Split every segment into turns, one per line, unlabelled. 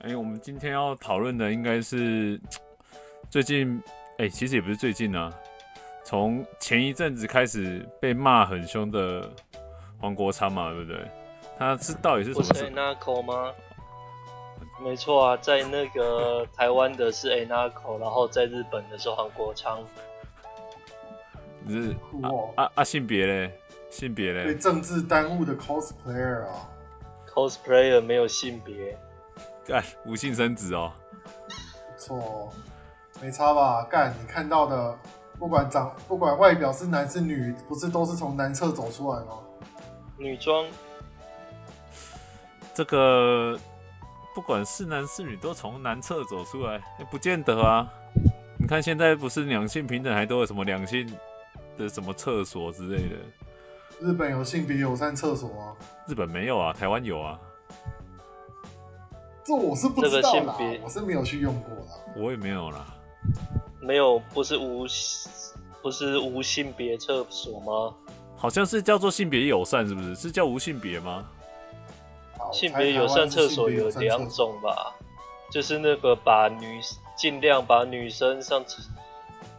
哎今天要讨论的应该是最近，哎、其实也不是最近啊，从前一阵子开始被骂很凶的黄国昌嘛，对不对？他是到底是什
不
么嗯
是
事？
Anaco 吗？没错啊，在那个台湾的是 Anaco，然后在日本的是黄国昌。
你是
酷哦，
啊啊性别嘞？性别
被
嘞？
政治耽误的 cosplayer 啊，
cosplayer 没有性别，
干啊无性生子哦，
不错哦，没差吧？干，你看到的，不管长，不管外表是男是女，不是都是从男厕走出来吗？
女装
这个不管是男是女都从男厕走出来，哎不见得啊。你看现在不是两性平等，还都有什么两性的什么厕所之类的？
日本有性别友善厕所吗？
日本没有啊，台湾有啊，
这我是不知道啦
这个性别，
我是没有去用过啦。
我也没有啦。
没有，不是无不是无性别厕所吗？
好像是叫做性别友善，是不是？是叫无性别吗？哦
好
性别友善厕所有两，种吧，就是那个把女尽量把女生上厕，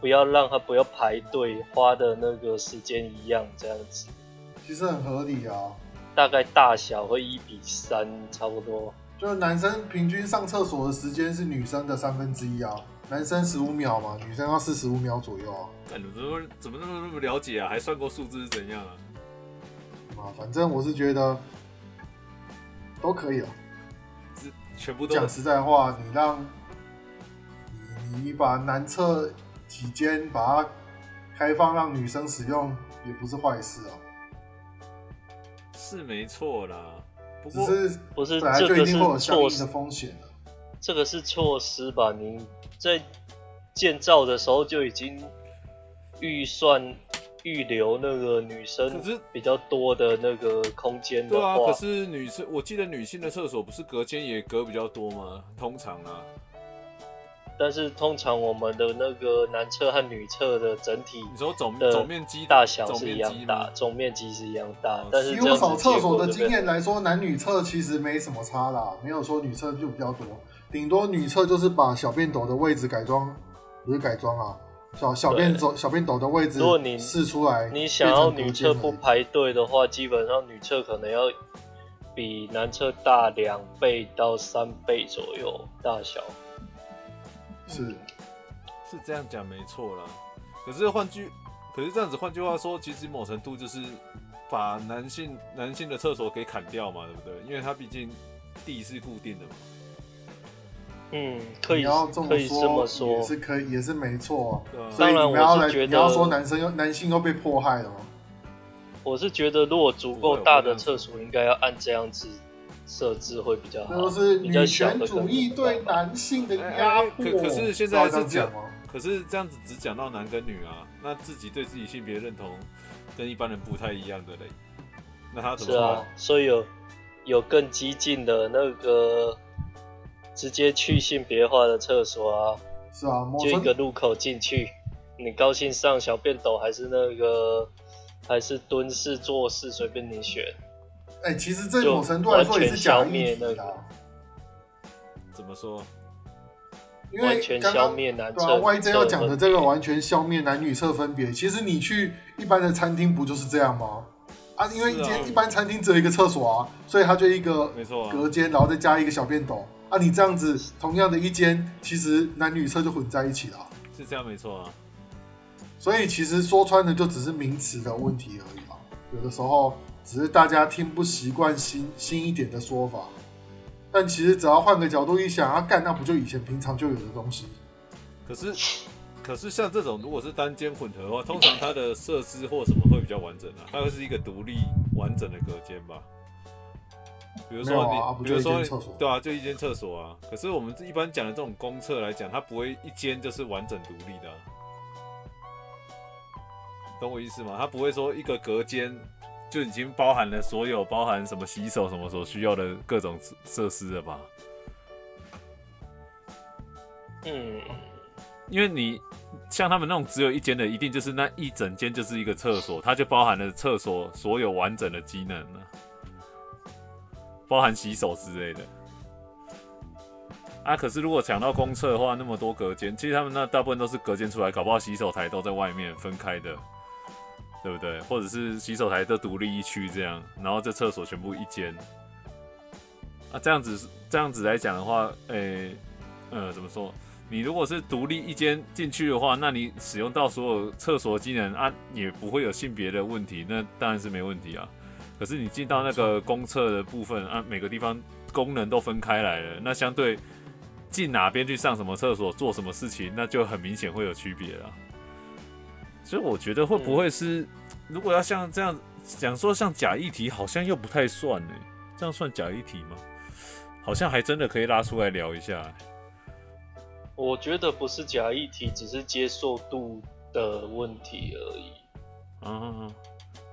不要让她不要排队，花的那个时间一样这样子，
我猜台湾的性别友善厕所其实很合理啊。
大概大小会一比三差不多。
就是男生平均上厕所的时间是女生的三分之一啊，男生十五秒嘛，女生要四十五秒左右啊。
哎你们怎么怎么那么那么了解啊？还算过数字是怎样啊？
啊，反正我是觉得都可以了。
是全部
讲实在话，你让你你把男厕几间把它开放让女生使用，也不是坏事啊。
是没错啦。不
只
过
是
不是
本来
这
就一
个
定
是
会有相
措
应的
施，
风险的、
这个是措施吧？你在建造的时候就已经预算预留那个女生
可是
比较多的那个空间的
对啊，可
话，
是女生，我记得女性的厕所不是隔间也隔比较多吗？通常啊，
但是通常我们的那个男厕和女厕的整体
你说总
的
总面积
呃大小
总
是一
面
样
积
大
吗，？
总面积是一样大
哦，
但是
以
这
我
样
扫
子
厕
结
所
果
的
就
经
变
验来说，男女厕其实没什么差啦，没有说女厕就比较多，顶多女厕就是把小便斗的位置改装，不是改装啊，小小便斗小便斗的位置
如果你
试出来，
你想要
变
女厕
成隔间而
不
已
排队的话，基本上女厕可能要比男厕大两倍到三倍左右大小。
是
是这样讲没错啦。可是换句，可是这样子，换句话说，其实某程度就是把男性男性的厕所给砍掉嘛，对不对？因为它毕竟地是固定的嘛。
嗯，可以
你要这
可以这么说
也。是可以，也是没错
对啊。
所以你
当
们
然
要
我
来，
是觉得
你要说男生又男性又被迫害了吗？
我是觉得，如果足够大的厕所，应该要按这样子设置会比较
这
好。
就是
啊比
女
较小
权
的啊
主义对男性的压
哎哎
迫。
可可是现在
知道
是
这样讲吗？
可是这样子只讲到男跟女啊，那自己对自己性别认同跟一般人不太一样的嘞，那他怎
是
么办？
啊，所以有有更激进的那个直接去性别化的厕所啊，
是啊，某
就一
程
个入口进去，你高兴上小便斗还是那个还是蹲式坐式，随便你选。
哎、其实这
就
某程度来说也是假议
完全消灭
题啊
那
啦
个，
怎么说？
因
完
为
全
刚
消
刚
灭男
对
厕。
啊，YJ 要讲的这个
玩，
完全消灭男女厕分别。其实你去一般的餐厅不就是这样吗？啊，因为一
是啊
间、一般餐厅只有一个厕所啊，所以它就一个
没错啊
隔间，然后再加一个小便斗啊。你这样子同样的一间，其实男女厕就混在一起了啊。
是这样没错啊。
所以其实说穿了就只是名词的问题而已啊。有的时候只是大家听不习惯新新一点的说法，但其实只要换个角度一想，啊，干那不就以前平常就有的东西？
可是，可是像这种如果是单间混合的话，通常它的设施或什么会比较完整啊，它会是一个独立完整的隔间吧。比如
没有
说
啊
你，
啊不
比
就
如
一间
说
厕所
对啊，就一间厕所啊。可是我们一般讲的这种公厕来讲，它不会一间就是完整独立的啊、懂我意思吗？它不会说一个隔间就已经包含了所有包含什么洗手什么所需要的各种设设施了吧？
嗯，
因为你像他们那种只有一间的，一定就是那一整间就是一个厕所，它就包含了厕所所有完整的机能啊了，包含洗手之类的。啊，可是如果抢到公厕的话，那么多隔间，其实他们那大部分都是隔间出来，搞不好洗手台都在外面分开的，对不对？或者是洗手台都独立一区这样，然后这厕所全部一间。啊，这样子这样子来讲的话，诶、呃，怎么说？你如果是独立一间进去的话，那你使用到所有厕所技能啊，也不会有性别的问题，那当然是没问题啊。可是你进到那个公厕的部分啊，每个地方功能都分开来了，那相对进哪边去上什么厕所、做什么事情，那就很明显会有区别了。所以我觉得会不会是，如果要像这样讲说像假议题，好像又不太算呢、这样算假议题吗？好像还真的可以拉出来聊一下、
我觉得不是假议题，只是接受度的问题而已。
啊，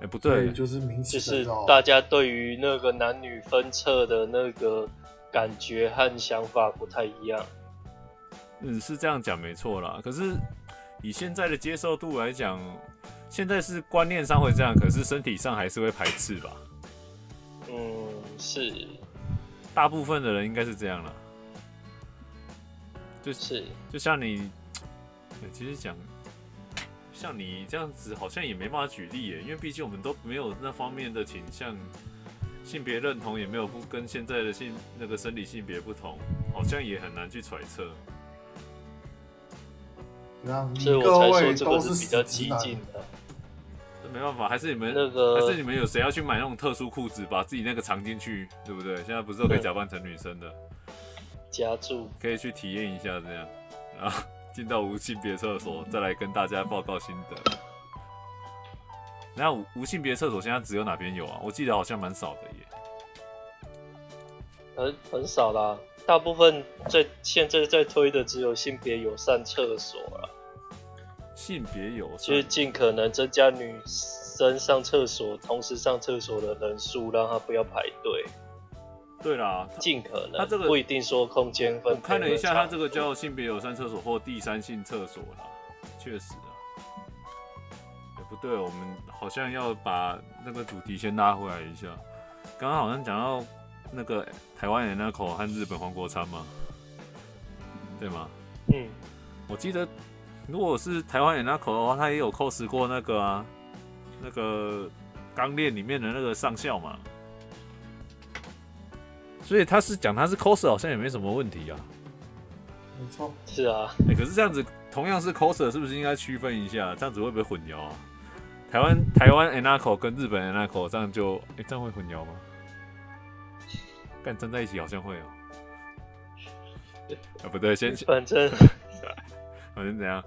哎、不
所
对
以，就是名词
就是
知道
大家对于那个男女分厕的那个感觉和想法不太一样。
嗯，是这样讲没错啦。可是以现在的接受度来讲，现在是观念上会这样，可是身体上还是会排斥吧。
嗯，是
大部分的人应该是这样啦。
是，
就像你，呃其实讲，像你这样子，好像也没办法举例耶，因为毕竟我们都没有那方面的倾向，性别认同也没有不跟现在的性那个生理性别不同，好像也很难去揣测。
让
所以我
各
才
位
说这
都
个
是
比较
死直
激
男，
进的。
这没办法，还是你们
那个
还是你们有谁要去买那种特殊裤子，把自己那个藏进去，对不对？现在不是都可以假扮成女生 的，
加注，
可以去体验一下这样，然后进到无性别厕所，再来跟大家报告心得。那无无性别厕所现在只有哪边有啊？我记得好像蛮少的耶。
很很少啦。大部分在现在在推的只有性别友善厕所啦，
性别友
就
善
是尽可能增加女生上厕所、同时上厕所的人数，让她不要排队，
对啦，
尽可能。
它这个
不一定说空间
我
分配。
看了一下，它这个叫性别友善厕所或第三性厕所啦，确实啊。也不对，我们好像要把那个主题先拉回来一下。刚刚好像讲到那个台湾人那口和日本黄国昌嘛，对吗？
嗯，
我记得，如果是台湾演那口的话，他也有 cos 过那个啊，那个钢炼里面的那个上校嘛。所以他是讲他是 cos，好像也没什么问题啊。
没错，
是啊，
哎、可是这样子同样是 coser，是不是应该区分一下？这样子会不会混淆啊？台湾台湾 Anarcho 跟日本 Anarcho 这样就哎、这样会混淆吗？干站在一起好像会哦、啊，不对，先先
反正
反正怎样？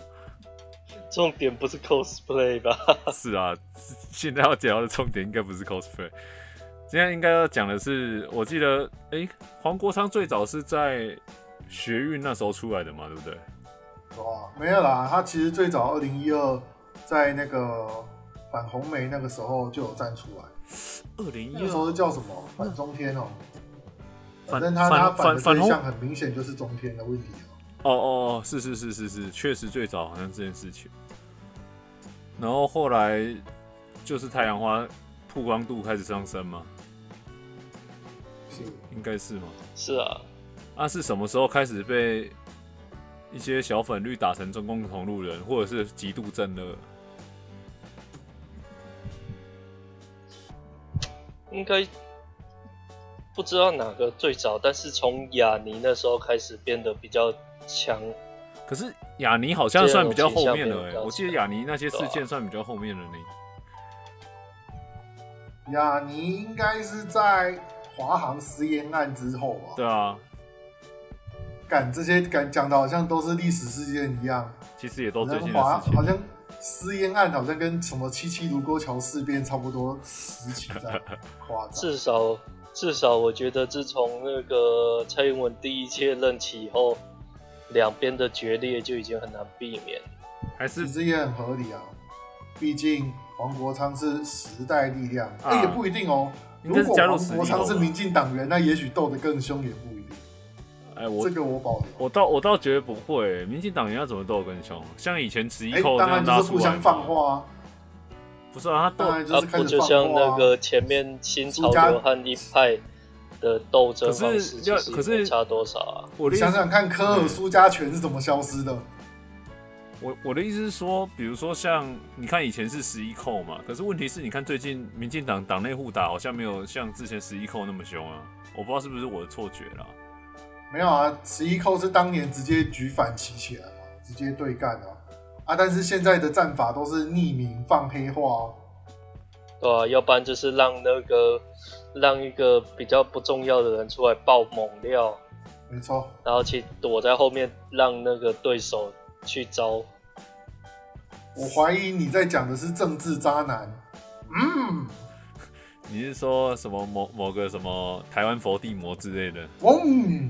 重点不是 cosplay 吧？
是啊，是现在要讲到的重点应该不是 cosplay，今天应该要讲的是，我记得，诶，黄国昌最早是在学运那时候出来的嘛，对不对？
哦，没有啦，他其实最早二零一二在那个反红梅那个时候就有站出来，
二零
那个时候是叫什么反中天哦，
反
反正他他
反
反的
反
对
红
象很明显就是中天的问题哦。
哦哦哦，是是是是是，确实最早好像这件事情。然后后来就是太阳花曝光度开始上升嘛，
是
应该是嘛。
是啊，
啊，是什么时候开始被一些小粉绿打成中共同路人，或者是极度正热？
应该不知道哪个最早，但是从雅尼那时候开始变得比较强。
可是雅尼好像算比较后面
这
了
种
哎、
倾向比较高
我记得雅尼那些事
对啊
件算比较后面了呢。
雅尼应该是在华航食烟案之后吧？
对啊，
敢这些敢讲的好像都是历史事件一样，
其实也都
好
最
像
近
华
的事
好
情。
像私烟案好像跟什么七七卢沟桥事变差不多时期在 夸张。
至少至少，我觉得自从那个蔡英文第一届任期以后，两边的决裂就已经很难避免。
还是
其实也很合理啊，毕竟黄国昌是时代力量，那、
啊
也不一定哦。
应
如
该是
果
加入
黄
实
国
力
昌
后
是
吧
民进党员，那也许斗得更凶也不一定。
哎、我
这个我保留。
我倒我倒觉得不会、欸民进党人家怎么斗更凶？像以前十一
哎、
扣这
当
样
然
拉
就是
出
互
来
相
嘛
放，话啊，
不是啊，他斗
当然就是开
不
始
呃就
放
像
话、
那
啊。
个前面新潮
苏家
流和一派的斗争
可是
方式，
要
其实
可是
没差多少啊？
我的
你
意思
想想看，科
嗯
尔苏加权是怎么消失的？
我我的意思是说，比如说像你看以前是十一扣嘛，可是问题是，你看最近民进党党内互打好像没有像之前十一扣那么凶啊，我不知道是不是我的错觉啦。
没有啊，十一扣是当年直接举反旗起来嘛，直接对干啊啊！但是现在的战法都是匿名放黑话哦，
对啊，要不然就是让那个让一个比较不重要的人出来爆猛料，
没错，
然后去躲在后面，让那个对手去招。
我怀疑你在讲的是政治渣男。嗯，
你是说什么某某个什么台湾佛地魔之类的、
嗡，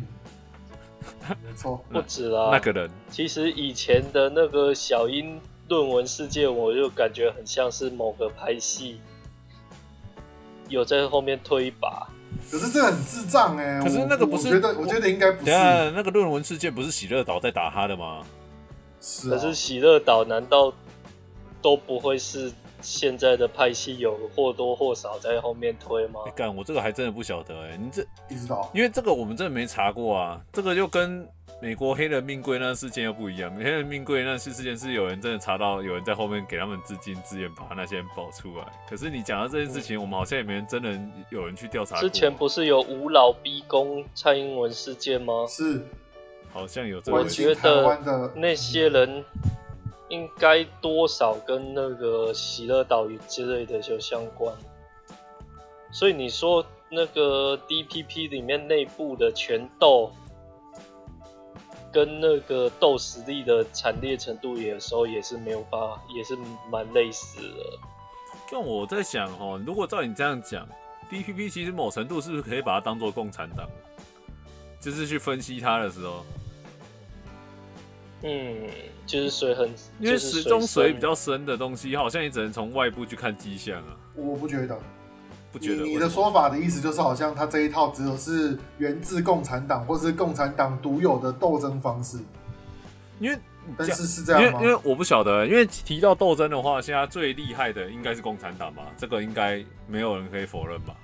没错，
不止啊啦，
嗯
呃
那个人？
其实以前的那个小英论文事件，我就感觉很像是某个拍戏有在后面推一把。
可是这很智障哎、
可是
我
那个不是
我觉得我觉得应该不
等
是
一，下那个论文事件不是喜乐岛在打他的吗？
是
可
啊，
是喜乐岛难道都不会是现在的派系有或多或少在后面推吗
你、？哎干，我这个还真的不晓得哎、你这
不知道，
因为这个我们真的没查过啊，这个就跟美国黑人命贵那事件又不一样。黑人命贵那事事件是有人真的查到，有人在后面给他们资金资源，把那些人保出来。可是你讲到这件事情，我们好像也没人真人有人去调查过。
之前不是有五老逼宫蔡英文事件吗？
是
好像有这个
关
问题，
心台湾的
那些人应该多少跟那个喜乐岛屿之类的有相关，所以你说那个 DPP 里面内部的权斗，跟那个斗实力的惨烈程度，有时候也是没有办法，也是蛮类似的。
但我在想哦，如果照你这样讲，DPP 其实某程度是不是可以把它当做共产党？就是去分析它的时候，
嗯，就是水很，
因为
就是
始终水
深
比较深的东西，好像也只能从外部去看迹象啊，
我不觉得。
不觉
你
得？
你的说法的意思就是，好像他这一套只有是源自共产党或是共产党独有的斗争方式，
因为你
但
这样
是是这
因为
样
因为
吗？
我不晓得，因为提到斗争的话，现在最厉害的应该是共产党吧？这个应该没有人可以否认吧？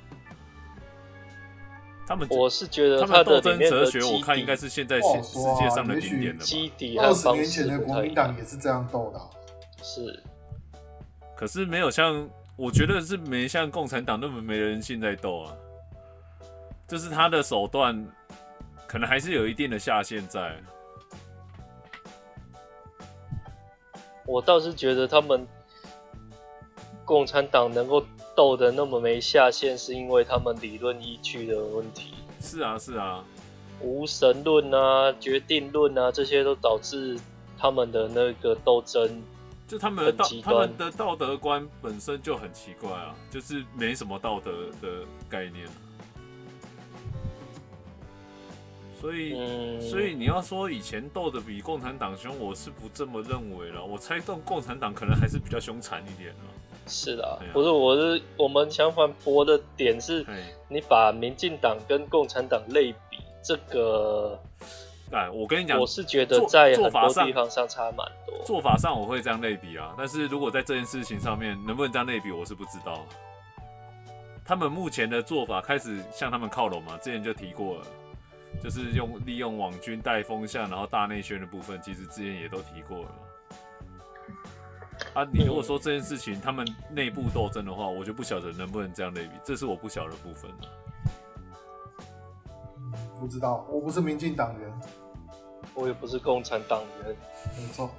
他们
我是觉得
他
它
们
的
斗
里
争
面
哲
的
学，我看应该
基
是现在
不好
世
说
世
啊
界上的
也
顶点
底
了
基
吧？
底和
二十
方
年
式
前的
不
国
太一
民
样
党也是这样斗的啊、
是。
可是没有像，我觉得是没像共产党那么没人性在斗啊，就是他的手段可能还是有一定的下限在。
我倒是觉得他们共产党能够斗得那么没下限，是因为他们理论依据的问题，
是啊，是啊，
无神论啊、决定论啊，这些都导致他们的那个斗争。
就他们的道
很极，
他
端
们的道德观本身就很奇怪啊，就是没什么道德的概念啊、所以，
嗯，
所以你要说以前斗的比共产党凶，我是不这么认为了。我猜动共产党可能还是比较凶残一点啊。
是啦
对啊，
不是，我是我们想反驳的点是，
哎，
你把民进党跟共产党类比，这个
哎，我跟你讲
我，是觉得
做
在
做
很
法
多
上
地方上差蛮多。
做法上我会这样类比啊，但是如果在这件事情上面能不能这样类比，我是不知道。他们目前的做法开始向他们靠拢嘛，之前就提过了，就是用利用网军带风向，然后大内宣的部分，其实之前也都提过了嘛。啊，你如果
嗯
说这件事情他们内部斗争的话，我就不晓得能不能这样类比，这是我不晓得的部分啊了。
不知道，我不是民进党人，
我也不是共产党人。
没错，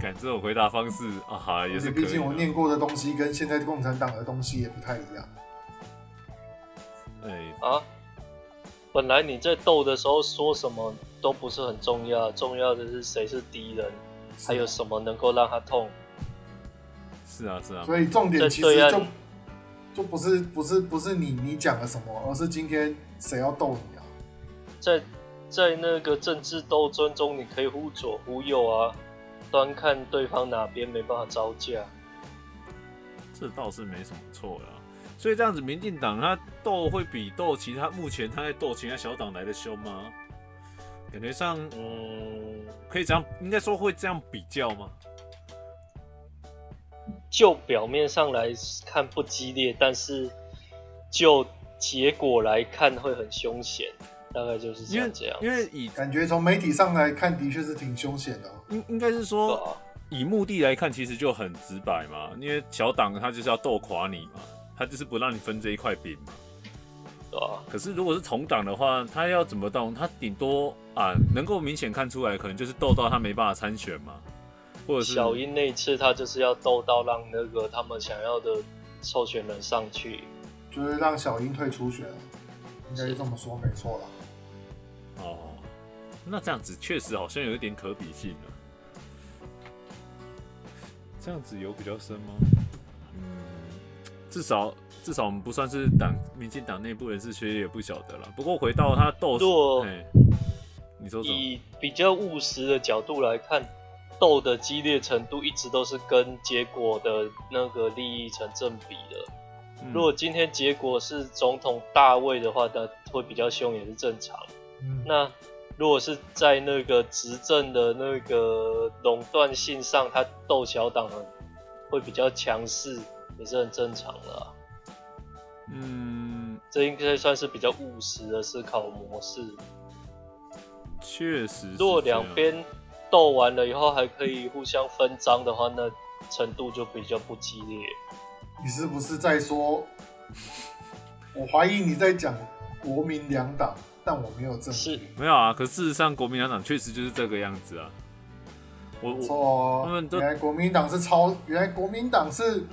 感这种回答方式啊，哈，也是可以
毕
的。
竟我念过的东西跟现在共产党的东西也不太一样。
哎，
啊，本来你在斗的时候说什么都不是很重要，重要的是谁是敌人，还有什么能够让他痛。
是啊，是啊，
所以重点
这
其
对
实
岸
就就不是不是不是你你讲了什么，而是今天谁要斗你啊？
在在那个政治斗争中，你可以忽左忽右啊，端看对方哪边没办法招架。
这倒是没什么错啦。所以这样子，民进党他斗会比斗其他目前他在斗其他小党来的凶吗？感觉上
嗯，
可以这样，应该说会这样比较吗？
就表面上来看不激烈，但是就结果来看会很凶险，大概就是
因为
像这样。
因为以
感觉从媒体上来看，的确是挺凶险的哦。
应应该是
对
说
啊
以目的来看，其实就很直白嘛，因为小党他就是要斗垮你嘛，他就是不让你分这一块饼嘛。
对啊，
可是如果是同党的话，他要怎么动？他顶多啊，能够明显看出来，可能就是斗到他没办法参选嘛，或者是
小英那一次他就是要斗到让那个他们想要的候选人上去，
就是让小英退出选，应该是这么说没错啦。
哦，那这样子确实好像有一点可比性啊了。这样子有比较深吗？嗯，至少至少我们不算是党民进党内部人士，其实也不晓得了。不过回到他斗
若
哎，你说什么？
以比较务实的角度来看，斗的激烈程度一直都是跟结果的那个利益成正比的。
嗯
如果今天结果是总统大位的话，那会比较凶也是正常。
嗯，
那如果是在那个执政的那个垄断性上，他斗小党很会比较强势，也是很正常的啊、
嗯，
这应该算是比较务实的思考模式。
确实是这样。
如果两边斗完了以后还可以互相分赃的话，那程度就比较不激烈。
你是不是在说？我怀疑你在讲国民两党，但我没有证据。
是
没有啊，可事实上国民党党确实就是这个样子啊。我
没
我
错哦，
他们都
原来国民党是超，原来国民党是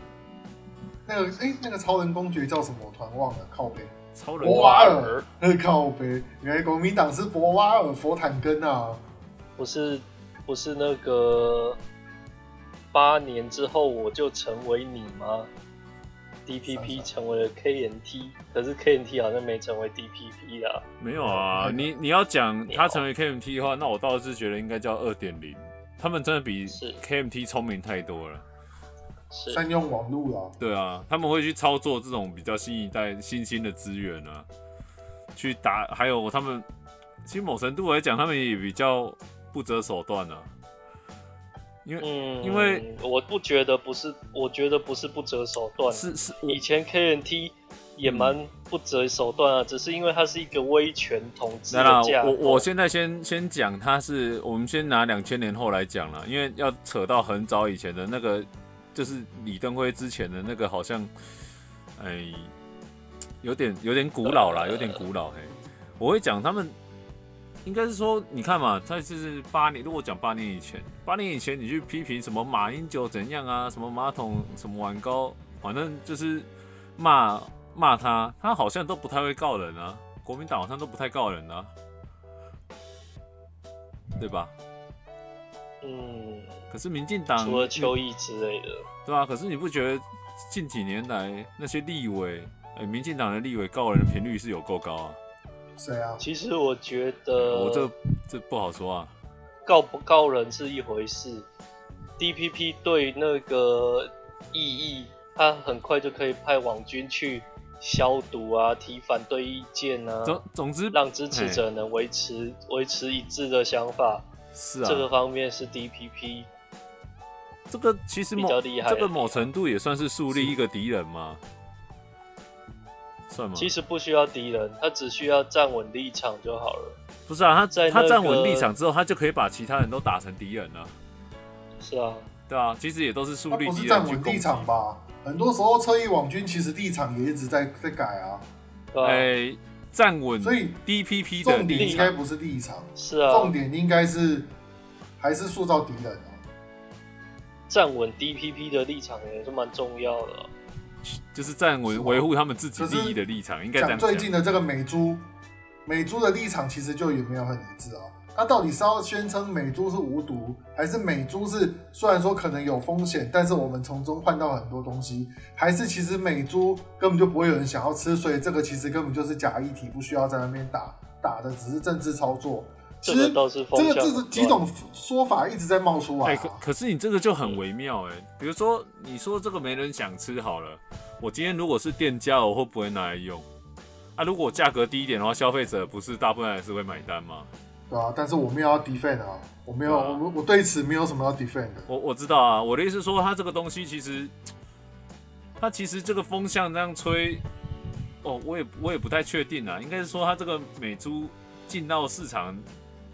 那个哎、那个超人公爵叫什么？我突然忘了，靠背。
超人
博瓦尔
哦
尔，
那哎靠背，原来国民党是博瓦尔佛坦根啊！
不是不是那个八年之后我就成为你吗
算
？DPP
了
成为了 KNT，可是 KNT 好像没成为 DPP 啦。
没有啊，
嗯
你你要讲
没有
他成为 KMT 的话，那我倒是觉得应该叫二点零，他们真的比
是
KMT 聪明太多了。
是
善用网络啦，
对啊，他们会去操作这种比较新一代新兴的资源啊，去打，还有他们其实某程度来讲，他们也比较不择手段啊。因为
嗯，
因为
我不觉得不是，我觉得不是不择手段，
是是，
以前 KNT 也
嗯
蛮不择手段啊，只是因为它是一个威权统治
来啦，
的架
我
构。
我现在先先讲，他是我们先拿两千年后来讲了，因为要扯到很早以前的那个，就是李登辉之前的那个，好像，哎、有点有点古老
呃
啦，有点古老嘿、我会讲他们，应该是说，你看嘛，他就是八年，如果讲八年以前，八年以前你去批评什么马英九怎样啊，什么马桶什么碗糕，反正就是骂骂他，他好像都不太会告人啊，国民党好像都不太告人啊，对吧？
嗯，
可是民进党
除了邱毅之类的，
对啊，可是你不觉得近几年来那些立委，哎、民进党的立委告人的频率是有够高啊？
谁啊？
其实我觉得
哎我这这不好说啊。
告不告人是一回事，DPP 对那个异议，他很快就可以派网军去消毒啊，提反对意见啊，
总总之
让支持
哎
者能维持维持一致的想法。
是啊，
这个方面是 DPP
这个其实
比
某
较厉害
这
的
个某程度也算是树立一个敌人嘛，算吗？
其实不需要敌人，他只需要站稳立场就好了。
不是啊，他
在那
他
个
站稳立场之后，他就可以把其他人都打成敌人了，
是啊，
对啊，其实也都是树
他
立
不
敌
哦是
人
站
去
稳
攻
立
击。
场吧？很多时候侧翼网军其实立场也一直在在改啊，
对吧、
哎、站稳
所以
DPP 的
重点
立
应该
场，
不是立场，
是啊，
重点应该是还是塑造敌人啊。
站稳 DPP 的立场也是蛮重要的啊、
就是站
是
稳
吗
维护他们自己
可是
利益的立场，应该这
讲
样
最近的这个美猪，美猪的立场其实就也没有很一致啊。他到底是要宣称美猪是无毒，还是美猪是虽然说可能有风险，但是我们从中换到很多东西，还是其实美猪根本就不会有人想要吃，所以这个其实根本就是假议题，不需要在那边打，打的只是政治操作。其
这
实
个倒是风
这
向
个
很
这
乱。
是几种说法一直在冒出来、
哎、
啊
可。可是你这个就很微妙哎、比如说你说这个没人想吃好了，我今天如果是店家，我会不会拿来用？啊，如果价格低一点的话，消费者不是大部分还是会买单吗？
对啊，但是我没有要 defend 啊，我没有，
对啊
我我对此没有什么要 defend 的。
我我知道啊，我的意思是说，它这个东西其实，它其实这个风向这样吹，哦，我也我也不太确定啊，应该是说它这个美猪进到市场，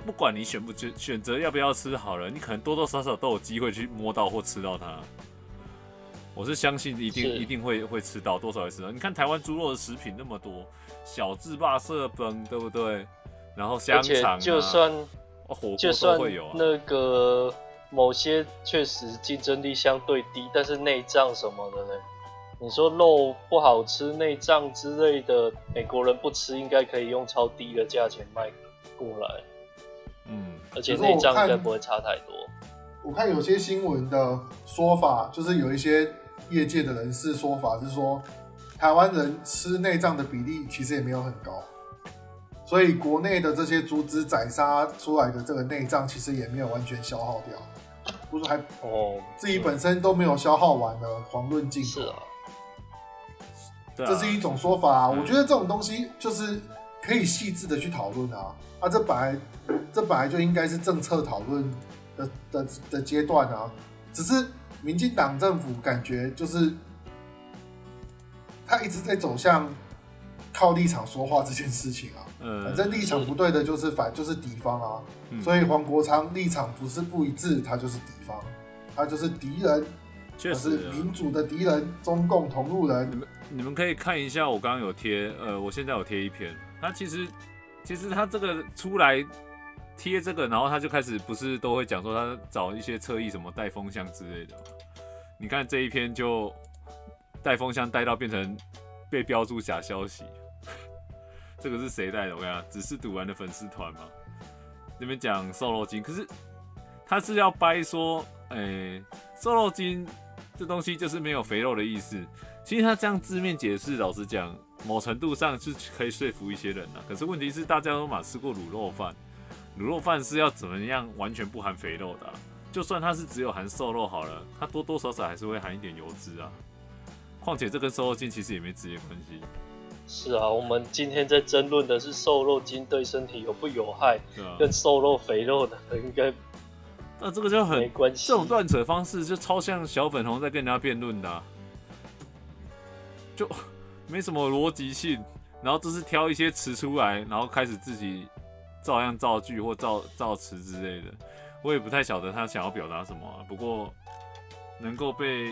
不管你选不选选择要不要吃好了，你可能多多少少都有机会去摸到或吃到它。我是相信一定
是
一定会会吃到，多少会吃到。你看台湾猪肉的食品那么多，小智霸色本对不对？然后香
而且
肠、啊，
就算
哦火锅
就算
都会有啊。
那个某些确实竞争力相对低，但是内脏什么的呢？你说肉不好吃，内脏之类的，美国人不吃，应该可以用超低的价钱卖过来，
嗯，
而且
可是我
内脏应该
看
不会差太多。
我看有些新闻的说法，就是有一些业界的人士说法是说，台湾人吃内脏的比例其实也没有很高，所以国内的这些猪只宰杀出来的这个内脏其实也没有完全消耗掉，不是还
哦，
自己本身都没有消耗完的遑论进
是
口，
啊，
对啊，
这是一种说法、啊。
嗯
我觉得这种东西就是可以细致的去讨论啊，啊，这本来这本来就应该是政策讨论的的的阶段啊，只是民进党政府感觉就是他一直在走向靠立场说话这件事情啊，
嗯，
反正立场
是
不对的就是反就是敌方啊，
嗯
所以黄国昌立场不是不一致，他就是敌方，他就是敌人。
确
可
实
是
啊
民主的敌人，中共同路人，
你们可以看一下，我刚刚有贴，呃，我现在有贴一篇，它其实其实它这个出来贴这个，然后他就开始不是都会讲说他找一些侧翼什么带风向之类的吗你看这一篇就带风向带到变成被标注假消息， 这个是谁带的？我跟你讲，只是赌完的粉丝团嘛，那边讲瘦肉精，可是他是要掰说，哎、瘦肉精这东西就是没有肥肉的意思。其实他这样字面解释，老实讲，某程度上是可以说服一些人啊。可是问题是，大家都嘛吃过卤肉饭，卤肉饭是要怎么样完全不含肥肉的啊、就算它是只有含瘦肉好了，它多多少少还是会含一点油脂啊。况且这跟瘦肉精其实也没直接关系，
是啊，我们今天在争论的是瘦肉精对身体有不有害，
对啊。
跟瘦肉肥肉的应该
那这个就 很
没关系。
这种乱扯方式就超像小粉红在跟人家辩论的啊、就 没什么逻辑性。然后就是挑一些词出来，然后开始自己照样造句或造造词之类的。我也不太晓得他想要表达什么啊、不过能够被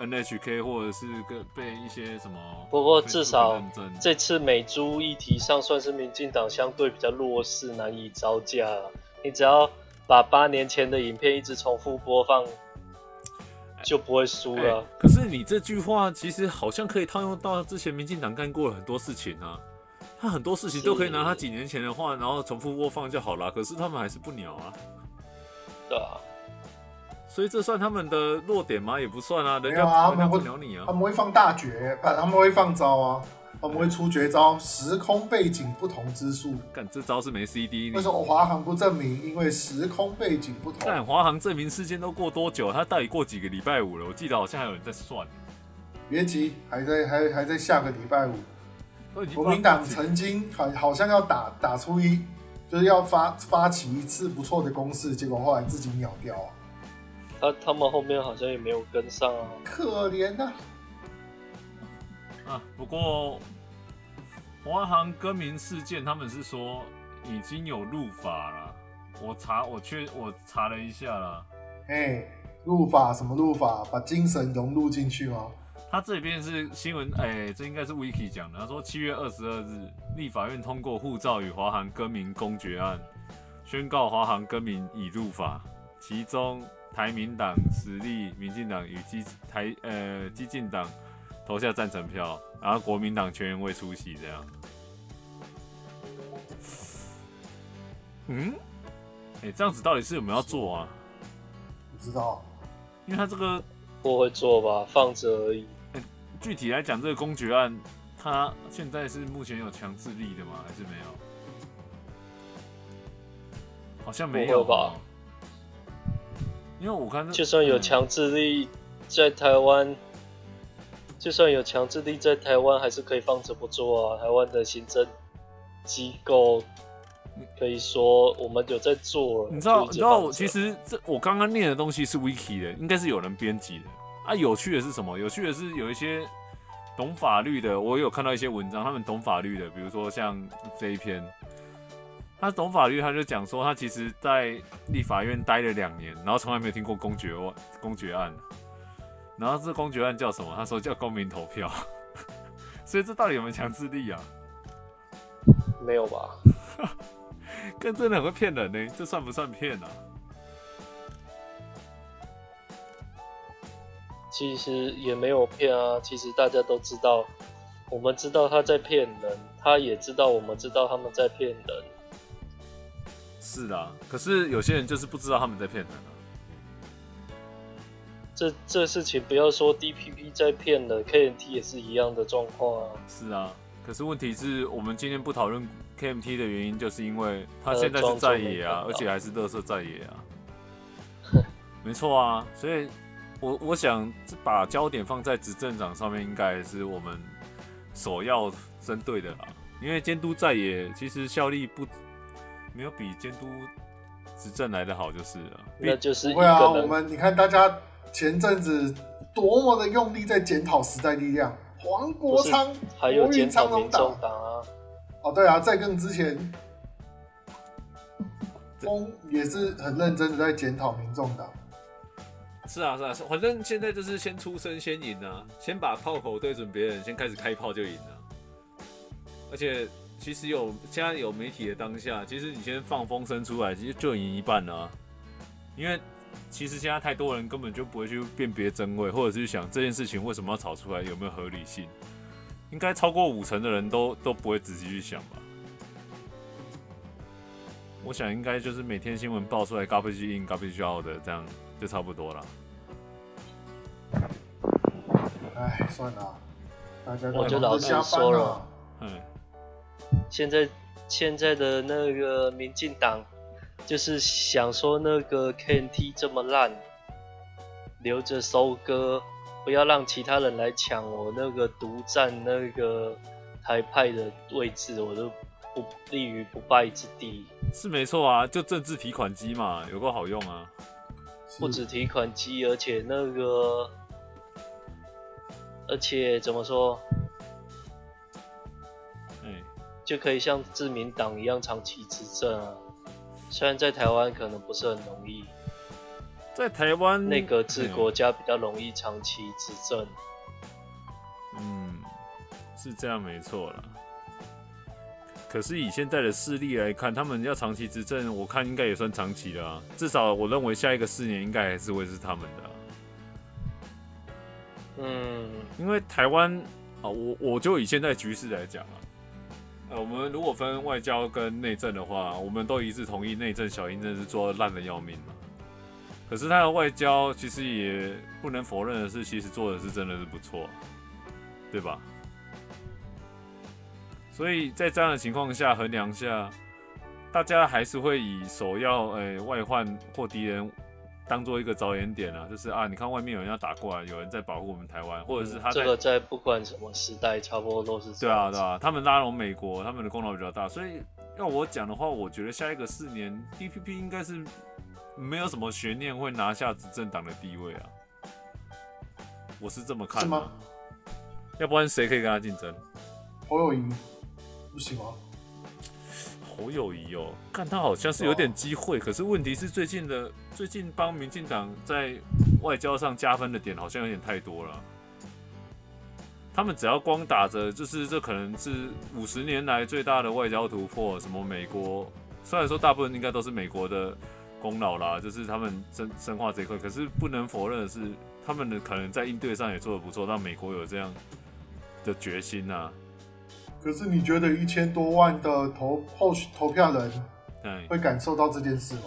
NHK 或者是跟被一些什么，
不过至少
认证
这次美猪议题上，算是民进党相对比较弱势，难以招架了。你只要把八年前的影片一直重复播放，就不会输了。
欸可是你这句话其实好像可以套用到之前民进党干过的很多事情啊，他很多事情都可以拿他几年前的话，然后重复播放就好了。可是他们还是不鸟啊，
对啊，
所以这算他们的弱点吗？也不算啊，人
没
家、
有啊
人家
他们
不
会
鸟你啊
他。们会放大绝，不，他们会放招啊，他们会出绝招，时空背景不同之术。
干这招是没 CD，
为
你
什么华航不证明？因为时空背景不
干
同。
华航证明事件都过多久？他到底过几个礼拜五了？我记得好像还有人在算，
别急，还在还还在下个礼拜五。
都已经
国民党曾经好好像要打打出一，就是要发发起一次不错的攻势，结果后来自己秒掉啊，
他他们后面好像也没有跟上啊。
可怜呐、
啊，不过华航更名事件，他们是说已经有入法了。我查，我确我查了一下啦，
哎，入法什么入法？把精神融入进去吗？
他这边是新闻，哎、这应该是 Wiki 讲的。他说，七月二十二日，立法院通过护照与华航更名公决案，宣告华航更名已入法。其中，台民党、实力、民进党与激台呃激进党投下赞成票，然后国民党全员未出席。这样，嗯，哎、这样子到底是有没有要做啊？
不知道。
因为他这个
不会做吧，放着而已。
具体来讲，这个公决案，它现在是目前有强制力的吗？还是没有？好像没有
不会
哦？
吧
因为我看这
就算有
嗯
强制力在台湾，就算有强制力在台湾，还是可以放着不做啊。台湾的行政机构可以说我们有在做了。
你知道，你
就一直
知道
放
我
着
其实这我刚刚念的东西是 wiki 的，应该是有人编辑的啊。有趣的是什么？有趣的是有一些懂法律的，我有看到一些文章，他们懂法律的，比如说像这一篇，他懂法律，他就讲说他其实在立法院待了两年，然后从来没有听过公决案，公决案，然后这公决案叫什么？他说叫公民投票， 所以这到底有没有强制力啊？
没有吧？
跟真的很会骗人呢、这算不算骗啊？
其实也没有骗啊，其实大家都知道，我们知道他在骗人，他也知道我们知道他们在骗人。
是啦，可是有些人就是不知道他们在骗人啊。
这这事情不要说 DPP 在骗人，KNT 也是一样的状况啊。
是啊，可是问题是我们今天不讨论 KMT 的原因，就是因为他
呃
现在是
装作
在
没
野啊
看，到
而且还是乐色在野啊。 没错啊，所以我我想这把焦点放在执政党上面，应该是我们首要针对的啦。因为监督在野其实效力不没有比监督执政来的好，就是了。毕
那就是一
不会
个
啊，我
人，
们你看大家前阵子多么的用力在检讨时代力量，黄国昌、
还有
国
检
运
讨
昌
民
隆
众
党。
党啊，
哦，对啊，在更之前，风也是很认真的在检讨民众党。
是啊是啊，是反正现在就是先出声先赢啊，先把炮口对准别人，先开始开炮就赢了。而且其实有现在有媒体的当下，其实你先放风声出来，其实就赢一半了、啊。因为其实现在太多人根本就不会去辨别真伪，或者是去想这件事情为什么要炒出来有没有合理性，应该超过五成的人都都不会仔细去想吧。我想应该就是每天新闻爆出来 garbage in garbage out 的这样就差不多了。
哎，算了啊，大家
我
就
忙
老
着
实
下班啊
说了
了。
嗯，
现在现在的那个民进党，就是想说那个 KNT 这么烂，留着收割，不要让其他人来抢我那个独占那个台派的位置，我都不立于不败之地。
是没错啊，就政治提款机嘛，有够好用啊。
不止提款机，而且那个，而且怎么说，
哎、
就可以像自民党一样长期执政啊。虽然在台湾可能不是很容易，
在台湾哎
内阁制
啊
国，家比较容易长期执政。
嗯，是这样没错啦。可是以现在的势力来看，他们要长期执政，我看应该也算长期了、啊。至少我认为下一个四年应该还是会是他们的啊、
嗯，
因为台湾啊，我我就以现在局势来讲啊，呃，我们如果分外交跟内政的话，我们都一致同意内政小英真是做得烂的要命嘛。可是他的外交其实也不能否认的是，其实做的是真的是不错，对吧？所以在这样的情况下衡量下，大家还是会以首要诶、呃外患或敌人当做一个着眼点啊，就是啊，你看外面有人要打过来，有人在保护我们台湾，或者是他在
这个在不管什么时代，差不多都是这
对啊，
样子
对啊，他们拉拢美国，他们的功劳比较大，所以要我讲的话，我觉得下一个四年，DPP 应该是没有什么悬念会拿下执政党的地位啊，我是这么看
是
的
吗？
要不然谁可以跟他竞争？
侯友谊不行哦吗？
侯友谊哦，看他好像是有点机会，可是问题是最近的最近帮民进党在外交上加分的点好像有点太多了。他们只要光打着就是这可能是五十年来最大的外交突破，什么美国，虽然说大部分应该都是美国的功劳啦，就是他们深深化这一块，可是不能否认的是，他们的可能在应对上也做得不错，让美国有这样的决心啊。
可是你觉得一千多万的投候选投票人
对，
会感受到这件事吗？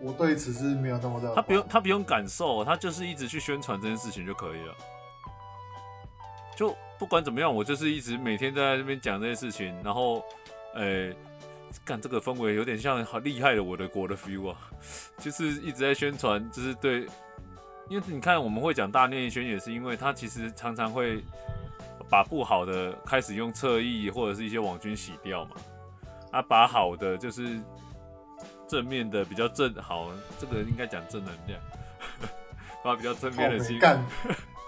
我对此是没有那么乐观。
他不用他不用感受，他就是一直去宣传这件事情就可以了。就不管怎么样，我就是一直每天都在那边讲这些事情，然后，呃，干这个氛围有点像好厉害的我的国的 feel 啊， 就是一直在宣传，就是对，因为你看我们会讲大内宣，也是因为他其实常常会把不好的开始用侧翼或者是一些网军洗掉嘛，啊，把好的就是正面的比较 正好，这个应该讲正能量，把比较正面的
靠北
新
干，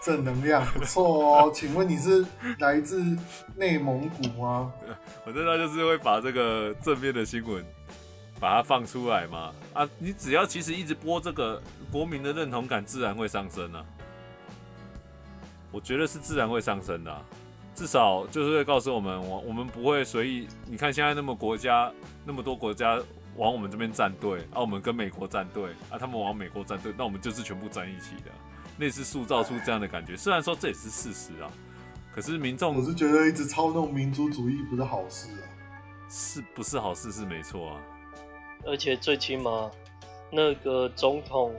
正 能量不错哦。请问你是来自内蒙古吗？
我知道就是会把这个正面的新闻把它放出来嘛。啊，你只要其实一直播这个，国民的认同感自然会上升啊。我觉得是自然会上升的啊、至少就是会告诉我们，我我们不会随意。你看现在那么国家那么多国家往我们这边站队，啊，我们跟美国站队，啊，他们往美国站队，那我们就是全部站一起的，啊类似塑造出这样的感觉。虽然说这也是事实啊，可是民众
我是觉得一直操弄民族主义不是好事啊。
是不是好事是没错啊。
而且最起码那个总统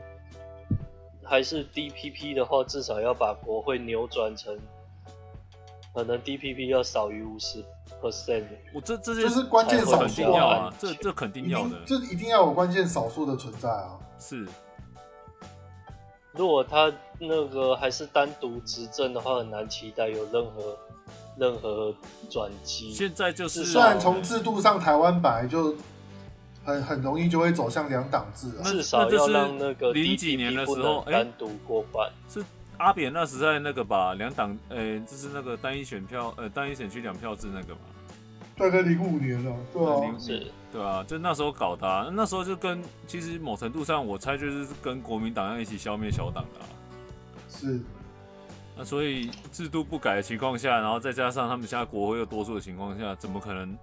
还是 DPP 的话，至少要把国会扭转成可能 DPP 要少于五十 percent。
我这这些
就是关键少
肯定
数
要
啊，嗯
啊，这这肯
一
定要的
定，就是一定要有关键少数的存在啊。
是
如果他那个还是单独执政的话，很难期待有任何任何转机。
现在就是啊嗯
至
虽
少
然从制度上台湾本来就很很容易就会走向两党制啊，
那
至少要让那个
那就是零几年的时
DPP 不
候
能单独过关。
是阿扁那时代那个吧，两党呃，就是那个单一选票呃，单一选区两票制那个嘛，
大概零五年了，对啊
零，
是
对啊，就那时候搞的、啊，那时候就跟其实某程度上我猜就是跟国民党要一起消灭小党的、啊，
是
那所以制度不改的情况下，然后再加上他们现在国会又多数的情况下，怎么可能？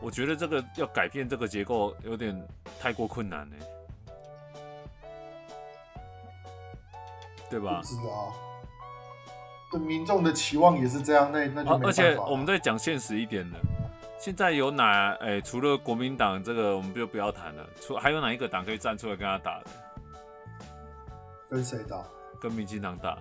我觉得这个要改变这个结构有点太过困难呢、对吧
不？止啊。对民众的期望也是这样，那那就
啊
嗯没办，法。
而且我们再讲现实一点的，现在有哪哎、除了国民党这个，我们就不要谈了。除还有哪一个党可以站出来跟他打的？
跟谁打？
跟民进党打？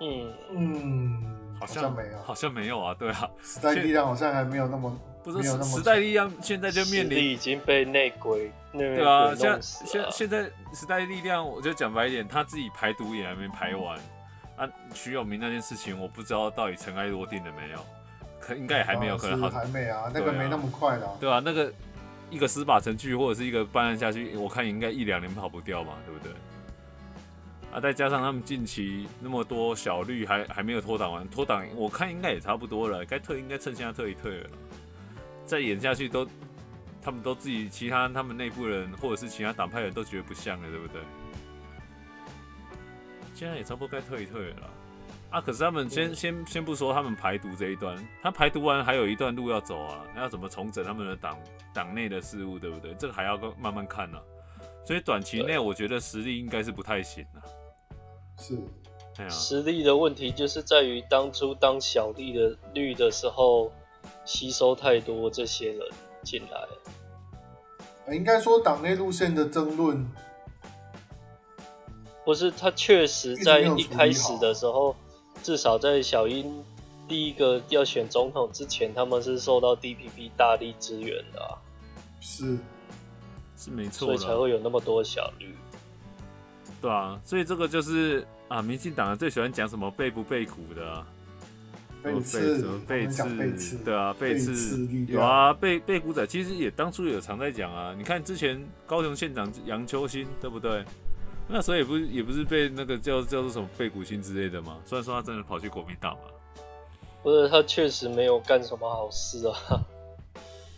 嗯，
嗯，
好
好
像
像没有。
好像没有啊。对啊，
时代力量好像还没有那么
不是
没有那么
时代力量现在就
实
面临
力已经被内鬼那个
对啊，
鬼
现
弄死
现
了。
现在时代力量，我就讲白一点，他自己排毒也还没排完。啊，徐永明那件事情，我不知道到底尘埃落定了没有，可应该也还没有，
啊
可能
是
好，
还没啊，那个
对啊
没那么快啦。
对吧、那个一个司法程序或者是一个办案下去，我看应该一两年跑不掉嘛，对不对？啊，再加上他们近期那么多小绿还还没有脱党完，脱党我看应该也差不多了，该退应该趁现在退一退了。再演下去都，他们都自己其他他们内部人或者是其他党派人都觉得不像了，对不对？现在也差不多该退一退了啦。啊，可是他们先先先不说他们排毒这一段，他排毒完还有一段路要走啊，要怎么重整他们的党党内的事务，对不对？这个还要慢慢看呢、所以短期内我觉得实力应该是不太行啊。
是，
哎呀、
实力的问题就是在于当初当小绿的绿的时候，吸收太多这些人进来，
呃应该说党内路线的争论，
或是他确实在一
啊
开始的时候，至少在小英第一个要选总统之前，他们是受到 DPP 大力支援的啊、
是
是没
所
错
以才
了，
会有那么多小绿。
对啊，所以这个就是啊，民进党人最喜欢讲什么背不背苦的、啊。
被
刺
刺，，
被
我们讲被
刺
刺，，
对啊，被
被刺
刺
力
有
量
啊，被被古仔其实也当初有常在讲啊，你看之前高雄县长杨秋兴对不对？那时候也不是也不是被那个叫叫做什么被古兴之类的嘛，虽然说他真的跑去国民党嘛，
或者他确实没有干什么好事啊，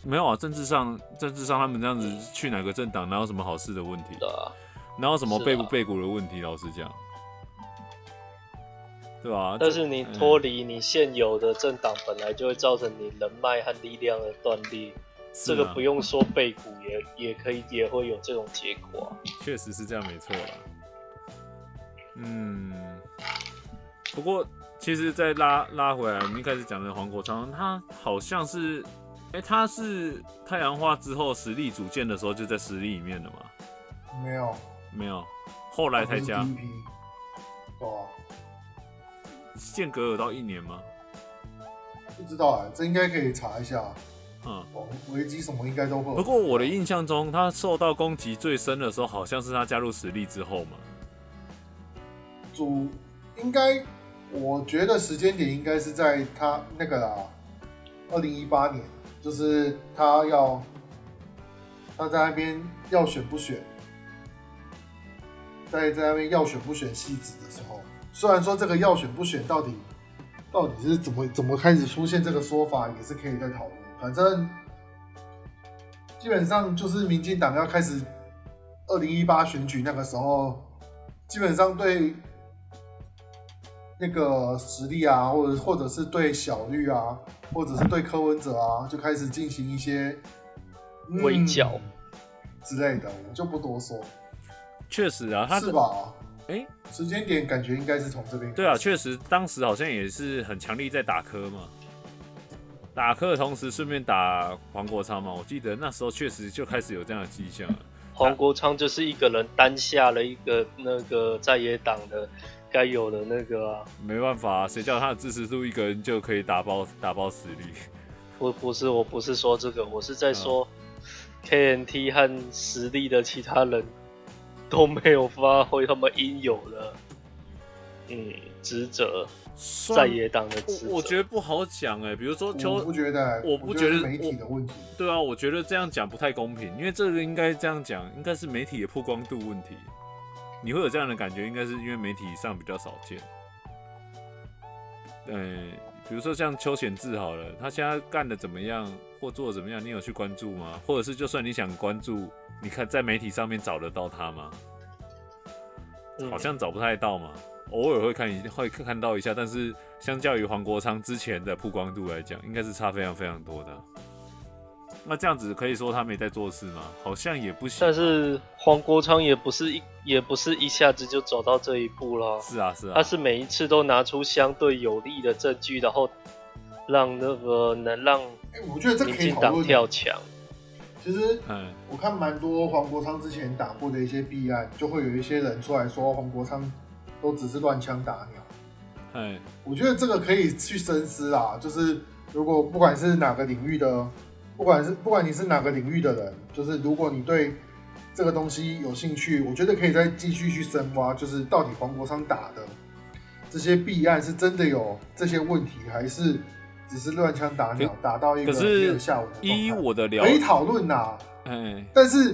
没有啊，政治上政治上他们这样子去哪个政党，哪有什么好事的问题？
对啊，
哪有什么
是啊
背不背骨的问题？老实讲，对啊，
但
这
是你
嗯
脱离你现有的政党，本来就会造成你人脉和力量的断裂。
是
这
啊
个不用说背骨也也可以，也会有这种结果啊、
确实是这样，没错啦。嗯，不过其实再拉拉回来，我们一开始讲的黄国昌，他好像是，哎、他是太阳花之后实力组建的时候就在实力里面的嘛？
没有，
没有，后来才加
他们是第一批，哦，
间隔有到一年吗？
不知道哎，这应该可以查一下，
嗯，
哦，危机什么应该都会有。
不过我的印象中，他受到攻击最深的时候，好像是他加入实力之后嘛。
主应该，我觉得时间点应该是在他那个啦，二零一八年，就是他要他在那边要选不选，在在那边要选不选戏子的时候，虽然说这个要选不选到底到底是怎么怎么开始出现这个说法，也是可以再讨论。反正基本上就是民进党要开始二零一八选举那个时候，基本上对那个实力啊，或者或者是对小绿啊，或者是对柯文哲啊，就开始进行一些嗯
围剿
之类的，我就不多说，
确实啊，他
是吧？
诶
时间点感觉应该是从这边
对啊，确实当时好像也是很强力在打磕嘛，打磕的同时顺便打黄国昌嘛，我记得那时候确实就开始有这样的迹象了。
黄国昌就是一个人担下了一个那个在野党的该有的那个啊，
没办法、谁叫他的支持度一个人就可以打包打包实力？
不不是我不是说这个，我是
嗯
在说 KNT 和实力的其他人都没有发挥他们应有的嗯职责，在野党的职责
我我觉得不好讲哎、比如说
我
邱
不觉得，
我不觉得
是媒体的问题。
对啊，我觉得这样讲不太公平，因为这个应该这样讲，应该是媒体的曝光度问题。你会有这样的感觉，应该是因为媒体上比较少见。嗯，比如说像邱显志好了，他现在干的怎么样，或做的怎么样，你有去关注吗？或者是就算你想关注，你看在媒体上面找得到他吗？
嗯
好像找不太到嘛，偶尔会看一会看到一下，但是相较于黄国昌之前的曝光度来讲，应该是差非常非常多的。啊那这样子可以说他没在做事吗？好像也不行。
但是黄国昌也不是一也不是一下子就走到这一步了，
是啊是啊，
他是每一次都拿出相对有利的证据，然后让那个能让
哎，我觉得这
民
可以
进
讨
党
论。
跳墙。
其实
嗯
我看蛮多黄国昌之前打过的一些弊案，就会有一些人出来说黄国昌都只是乱枪打鸟。
哎
我觉得这个可以去深思啊，就是如果不管是哪个领域的，不管是不管你是哪个领域的人，就是如果你对这个东西有兴趣，我觉得可以再继续去深挖，就是到底黄国昌打的这些弊案是真的有这些问题，还是只是乱枪打鸟
可
打到一个
可
没有
是
下文的状态
依我的了
可以讨论啊呐，
哎
但是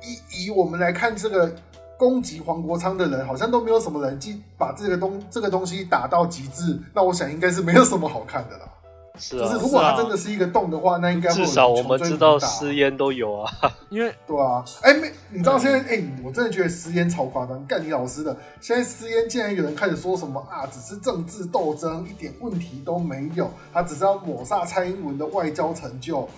以以我们来看，这个攻击黄国昌的人，好像都没有什么人进把这个东这个东西打到极致。那我想应该是没有什么好看的啦。
是
就是
啊，
如果
是
他
啊
真的是一个洞的话，那应该会
至
有人
少我
穷
们
追
知
猛
道
打
私烟都有啊。
因为
对啊，哎、没，你知道现在哎、我真的觉得私烟超夸张，干你老师的！现在私烟竟然有人开始说什么啊，只是政治斗争，一点问题都没有，他只是要抹煞蔡英文的外交成就。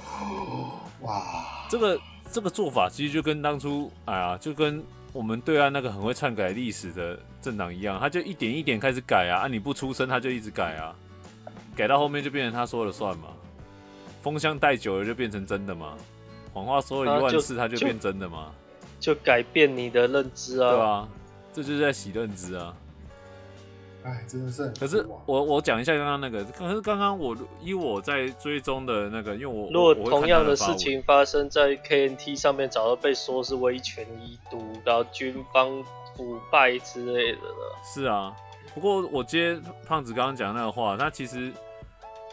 哇，
这个这个做法其实就跟当初哎呀，就跟我们对岸那个很会篡改历史的政党一样，他就一点一点开始改啊，啊你不出声他就一直改啊，改到后面就变成他说了算嘛，风箱带久了就变成真的嘛，谎话说了一
啊
万
就
次他就
就
变真的嘛，
就改变你的认知
对
啊。
啊，这就是在洗认知啊。
哎，真的是很
可是
绝望
我我讲一下刚刚那个，可是刚刚我依我在追踪的那个，因为我
如果
我我会看
同样
他的
的
发
事
文
情发生在 KNT 上面，早就被说是威权一毒，然后军方腐败之类的了。
是啊，不过我接胖子刚刚讲那个话，他其实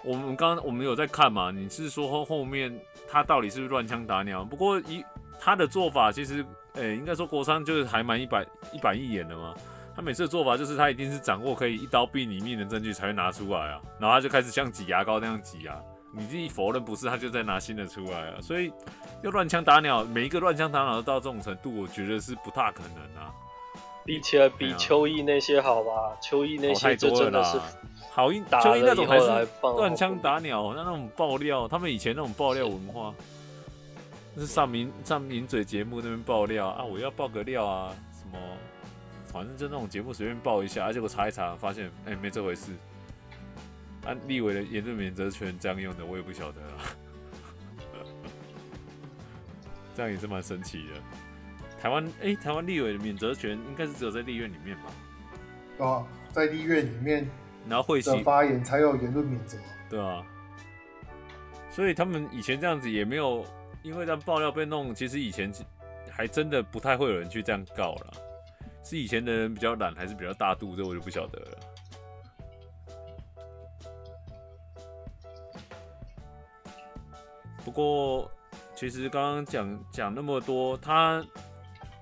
我们刚我们有在看嘛，你是说后后面他到底是不是乱枪打鸟？不过一他的做法其实，诶、应该说国商就是还蛮一板一板一眼的嘛。他每次的做法就是他一定是掌握可以一刀毙你命的证据才会拿出来啊，然后他就开始像挤牙膏那样挤啊。你自己否认不是，他就再拿新的出来啊，所以又乱枪打鸟，每一个乱枪打鸟都到这种程度，我觉得是不大可能啊。
比起来
哎
比
呀
邱毅那些好吧，邱毅那
啊好太
些就
多了
真的
啦
是，
好一
打
邱毅
了
那
以
种
后
还
来
是
放
乱枪打鸟，那那种爆料，他们以前那种爆料文化，是上名上名嘴节目那边爆料啊，我要爆个料啊，什么，反正就那种节目随便爆一下，啊、结果查一查发现，哎、没这回事。啊，立委的言论免责权这样用的，我也不晓得啊。 这样也是蛮神奇的。台湾，哎、台湾立委的免责权应该是只有在立院里面吧？
啊，在立院里面
然后会
的
期
发言才有言论免责。
对啊，所以他们以前这样子也没有，因为让爆料被弄，其实以前还真的不太会有人去这样告了，是以前的人比较懒，还是比较大度，这我就不晓得了。不过，其实刚刚讲讲那么多，他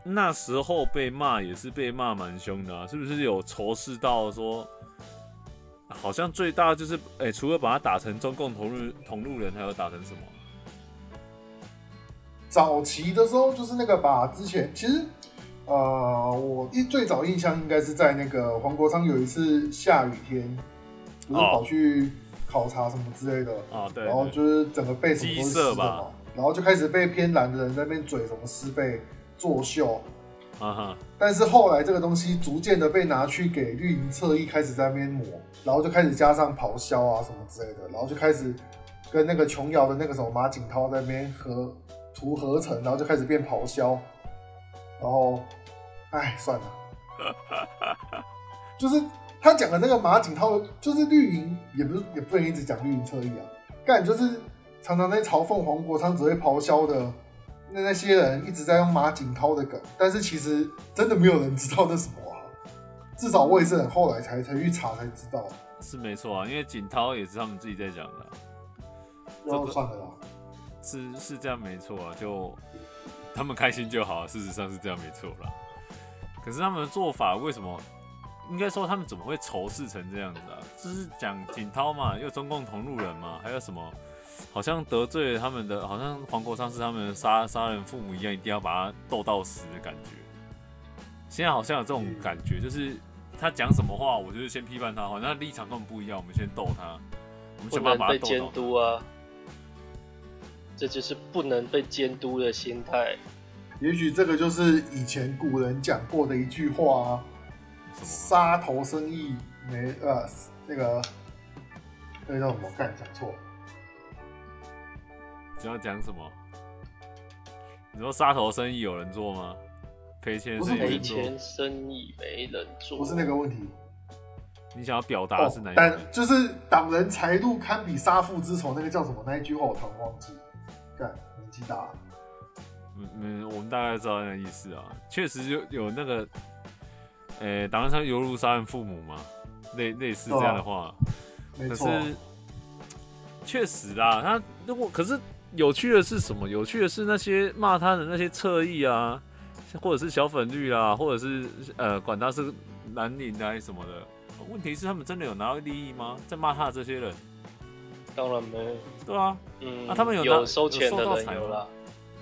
那时候被骂也是被骂蛮凶的、啊，是不是有仇视到说，好像最大就是哎、除了把他打成中共同路同路人，还有打成什么？
早期的时候就是那个吧，之前其实呃，我一最早印象应该是在那个黄国昌有一次下雨天，不是
哦
跑去考察什么之类的，
哦，对
然后
对
就是整个背什么都是湿的
鸡舍吧
嘛，然后就开始被偏蓝的人在那边嘴什么湿背作秀。
啊哈，
但是后来这个东西逐渐的被拿去给绿营侧翼开始在那边抹，然后就开始加上咆哮啊什么之类的，然后就开始跟那个琼瑶的那个什么马景涛在那边合图合成，然后就开始变咆哮，然后，哎，算了，就是他讲的那个马景涛，就是绿营，也不是也不能一直讲绿营侧翼啊，干就是常常在嘲讽黄国昌只会咆哮的那那些人一直在用马景涛的梗，但是其实真的没有人知道那什么啊。至少我也是很后来才才去查才知道，
是没错啊，因为锦涛也是他们自己在讲的啊、
然后算了啦。
是是这样没错啊，就他们开心就好，啊事实上是这样没错啦。可是他们的做法为什么？应该说他们怎么会仇视成这样子啊？就是讲景涛嘛，又中共同路人嘛，还有什么？好像得罪了他们的，好像黄国昌是他们的杀杀人父母一样，一定要把他斗到死的感觉。现在好像有这种
嗯
感觉，就是他讲什么话，我就是先批判他，好像他立场跟我们不一样，我们先斗他，我们
不
先把
能
把他
被
斗
监
倒。
督啊，这就是不能被监督的心态。
也许这个就是以前古人讲过的一句话啊，
什么？
杀头生意没呃那个那个叫什么？干讲错了，
你要讲什么？你说杀头生意有人做吗？赔钱的生意有
不是
赔
人做？
钱哎生意没人做，
不是那个问题。
你想要表达的
哦
是哪一，
但
种？
就是挡人财路堪比杀父之仇，那个叫什么？那一句话我突然忘记。干年纪大了，
嗯嗯，我们大概知道那个意思啊。确实有有那个，呃、打算上犹如杀人父母嘛，类类似这样的话。
没
可
错。啊
是确实啦，他如果可是有趣的是什么？有趣的是那些骂他的那些侧翼啊，或者是小粉绿啦，或者是呃，管他是蓝领的还是什么的。问题是他们真的有拿到利益吗？在骂他的这些人，
当然没有。
对啊，
嗯，
啊他们有
有
拿
收钱的
有收到
人
财吗
有啦，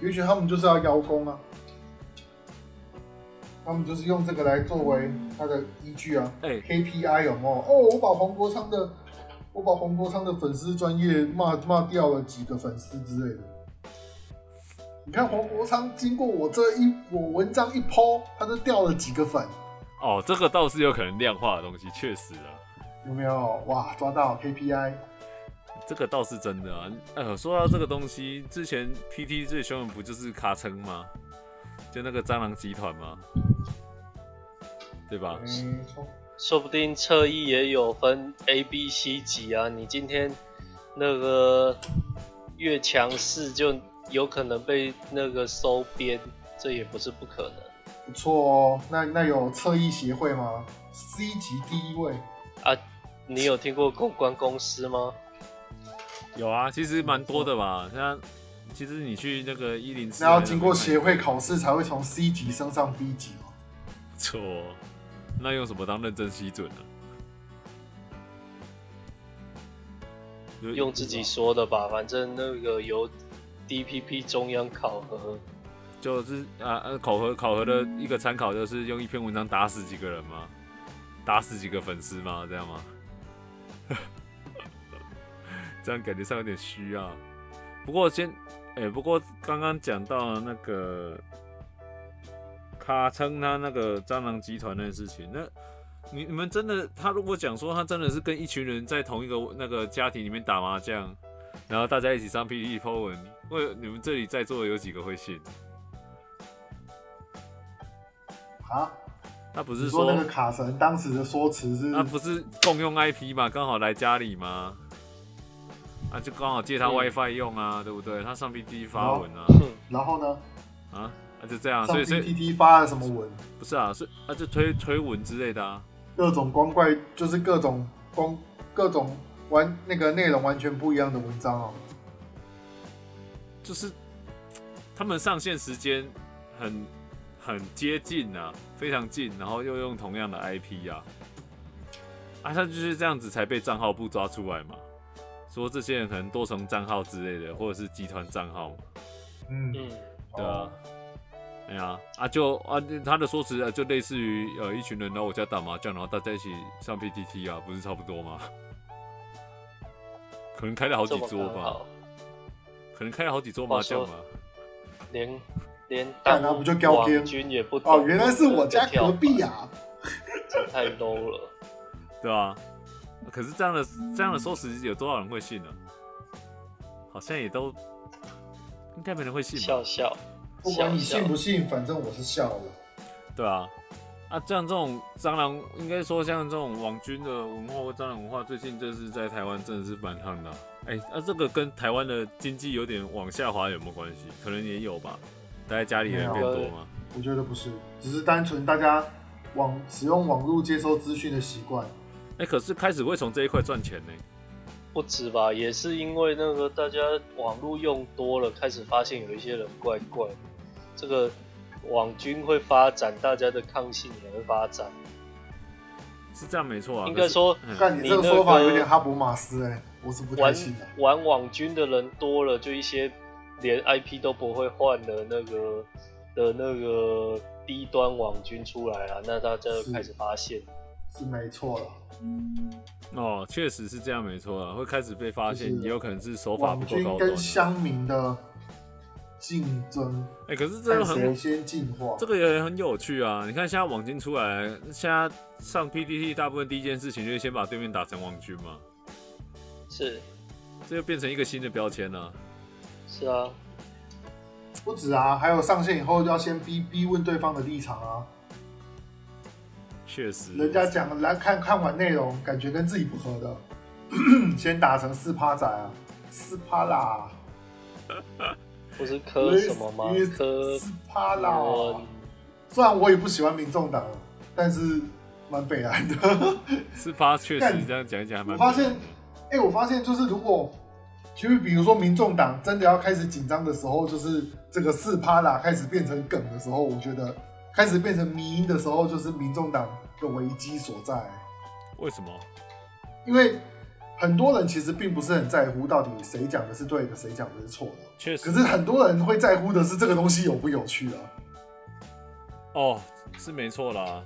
也许他们就是要邀功啊，他们就是用这个来作为他的依据啊。
哎、
KPI 有没有？哦，我把黄国昌的，我把黄国昌的粉丝专业骂骂掉了几个粉丝之类的。你看黄国昌经过我这一我文章一抛，他就掉了几个粉，
哦，这个倒是有可能量化的东西，确实啊，
有没有？哇，抓到 KPI，
这个倒是真的啊。呃，说到这个东西，之前 PT 最凶的不就是卡称吗？就那个蟑螂集团吗？对吧？
没错。
说不定侧翼也有分 A、B、C 级啊。你今天那个越强势，就有可能被那个收编，这也不是不可能
不错哦，那那有侧翼协会吗？C 级第一位，
啊。你有听过公关公司吗？
有啊，其实蛮多的吧。像其实你去那个一零四，
嗯那要经过协会考试才会从 C 级升上 B 级哦。
错，那用什么当认证基准呢、就
用自己说的吧，反正那个由 DPP 中央考核，
就是啊呃考核考核的一个参考，就是用一篇文章打死几个人吗？打死几个粉丝吗？这样吗？ 这样感觉上有点虚啊。不过先，哎、不过刚刚讲到那个卡称他那个蟑螂集团那件事情，那你你们真的，他如果讲说他真的是跟一群人在同一个那个家庭里面打麻将，然后大家一起上 PPT po 文，会你们这里在座的有几个会信？
啊，
他不
你
是
说
说啊
那个卡神当时的说辞是？
那不是共用 IP 嘛，刚好来家里嘛，啊，就刚好借他
嗯
WiFi 用啊，对不对？他上 PPT 发文啊，
哼，
然后呢？
啊，啊就这样，
上
所以所以
PPT 发了什么文？
不是啊，所以啊就推推文之类的啊，
各种光怪，就是各种光，各种完那个内容完全不一样的文章哦。
就是他们上线时间很很接近啊，非常近，然后又用同样的 IP 啊，啊，他就是这样子才被账号部抓出来嘛，说这些人可能多重账号之类的，或者是集团账号嘛，
嗯，
嗯，
对啊，哎呀，啊就啊他的说辞啊就类似于呃一群人来我家打麻将，然后大家一起上 PTT 啊，不是差不多吗？ 可能开了好几
这么
桌
刚
吧
好，，
可能开了好几桌麻将吧。
连连
干
当
他不就高
网
天
军也不懂
哦，原来是我家隔壁
在跳
啊，
板，这太 low 了。
对啊，可是这样的这样的说辞有多少人会信呢、好像也都应该没人会信吧
笑？笑，
不管你
笑
信不信，反正我是笑了。
对啊，啊，像这种蟑螂，应该说像这种网军的文化或蟑螂文化，最近就是在台湾真的是蛮夯的啊、哎、那、这个跟台湾的经济有点往下滑有没有关系？可能也有吧。待在家里的人变多吗？
我觉得不是，只是单纯大家网使用网络接收资讯的习惯。
哎、可是开始会从这一块赚钱呢、
不止吧，也是因为那个大家网络用多了，开始发现有一些人怪怪的，这个网军会发展，大家的抗性也会发展。
是这样没错啊。
应该说
可是嗯
但你这个
你那
说法
个
有点哈勃马斯哎、我是不太
玩
信的。
玩网军的人多了，就一些连 IP 都不会换的那个的那个低端网军出来了，那大家
是
就开始发现，
是没错了。
哦，确实是这样没错啊，会开始被发现
就，是
也有可能是手法
网
不够
军
高端啊、
跟乡民的竞争，
哎、可是这
看
个
谁
很
先进化。
这个也很有趣啊！你看现在网军出来，现在上 PPT 大部分第一件事情就是先把对面打成网军嘛，
是
这就变成一个新的标签了、
是啊，
不止啊，还有上线以后要先逼逼问对方的立场啊。
确实，
人家讲来看看完内容，感觉跟自己不合的，先打成四趴仔啊，四趴啦，
不是磕什么吗？磕
四趴
我
啦。虽然我也不喜欢民众党，但是蛮北蓝的。
是吧？确实
干
这样讲一讲还蛮不错的。
我发现，哎、我发现就是如果，就是比如说民众党真的要开始紧张的时候，就是这个四趴啦开始变成梗的时候，我觉得开始变成迷因的时候，就是民众党的危机所在。
为什么？
因为很多人其实并不是很在乎到底谁讲的是对的，谁讲的是错的。
确
可
实
是很多人会在乎的是这个东西有不有趣啊，
哦，是没错啦。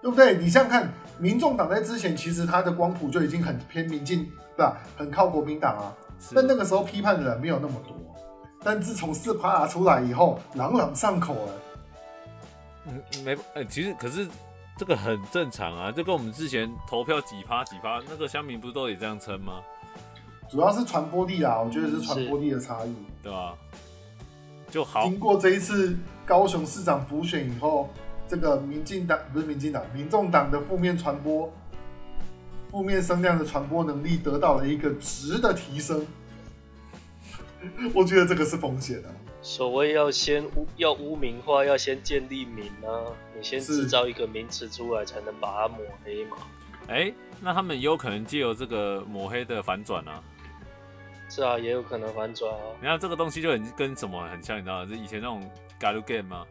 对不对？你想想看，民众党在之前其实他的光谱就已经很偏民进，对吧？很靠国民党啊。
是
但那个时候批判的人没有那么多。但自从四趴出来以后，朗朗上口了。
嗯没呃，其实可是这个很正常啊，就跟我们之前投票几趴几趴，那个乡民不都得这样称吗？
主要是传播力啊，我觉得是传播力的差异。
对吧、就好
经过这一次高雄市长补选以后，这个民进党不是民进党，民众党的负面传播、负面声量的传播能力得到了一个值的提升。 我觉得这个是风险的、
所谓要先污要污名化，要先建立名啊，你先
是
制造一个名词出来，才能把它抹黑嘛。
哎、那他们也有可能借由这个抹黑的反转啊。
是啊，也有可能反转啊。
你看这个东西就很跟什么很像，你知道吗？是以前那种 g a l game 吗？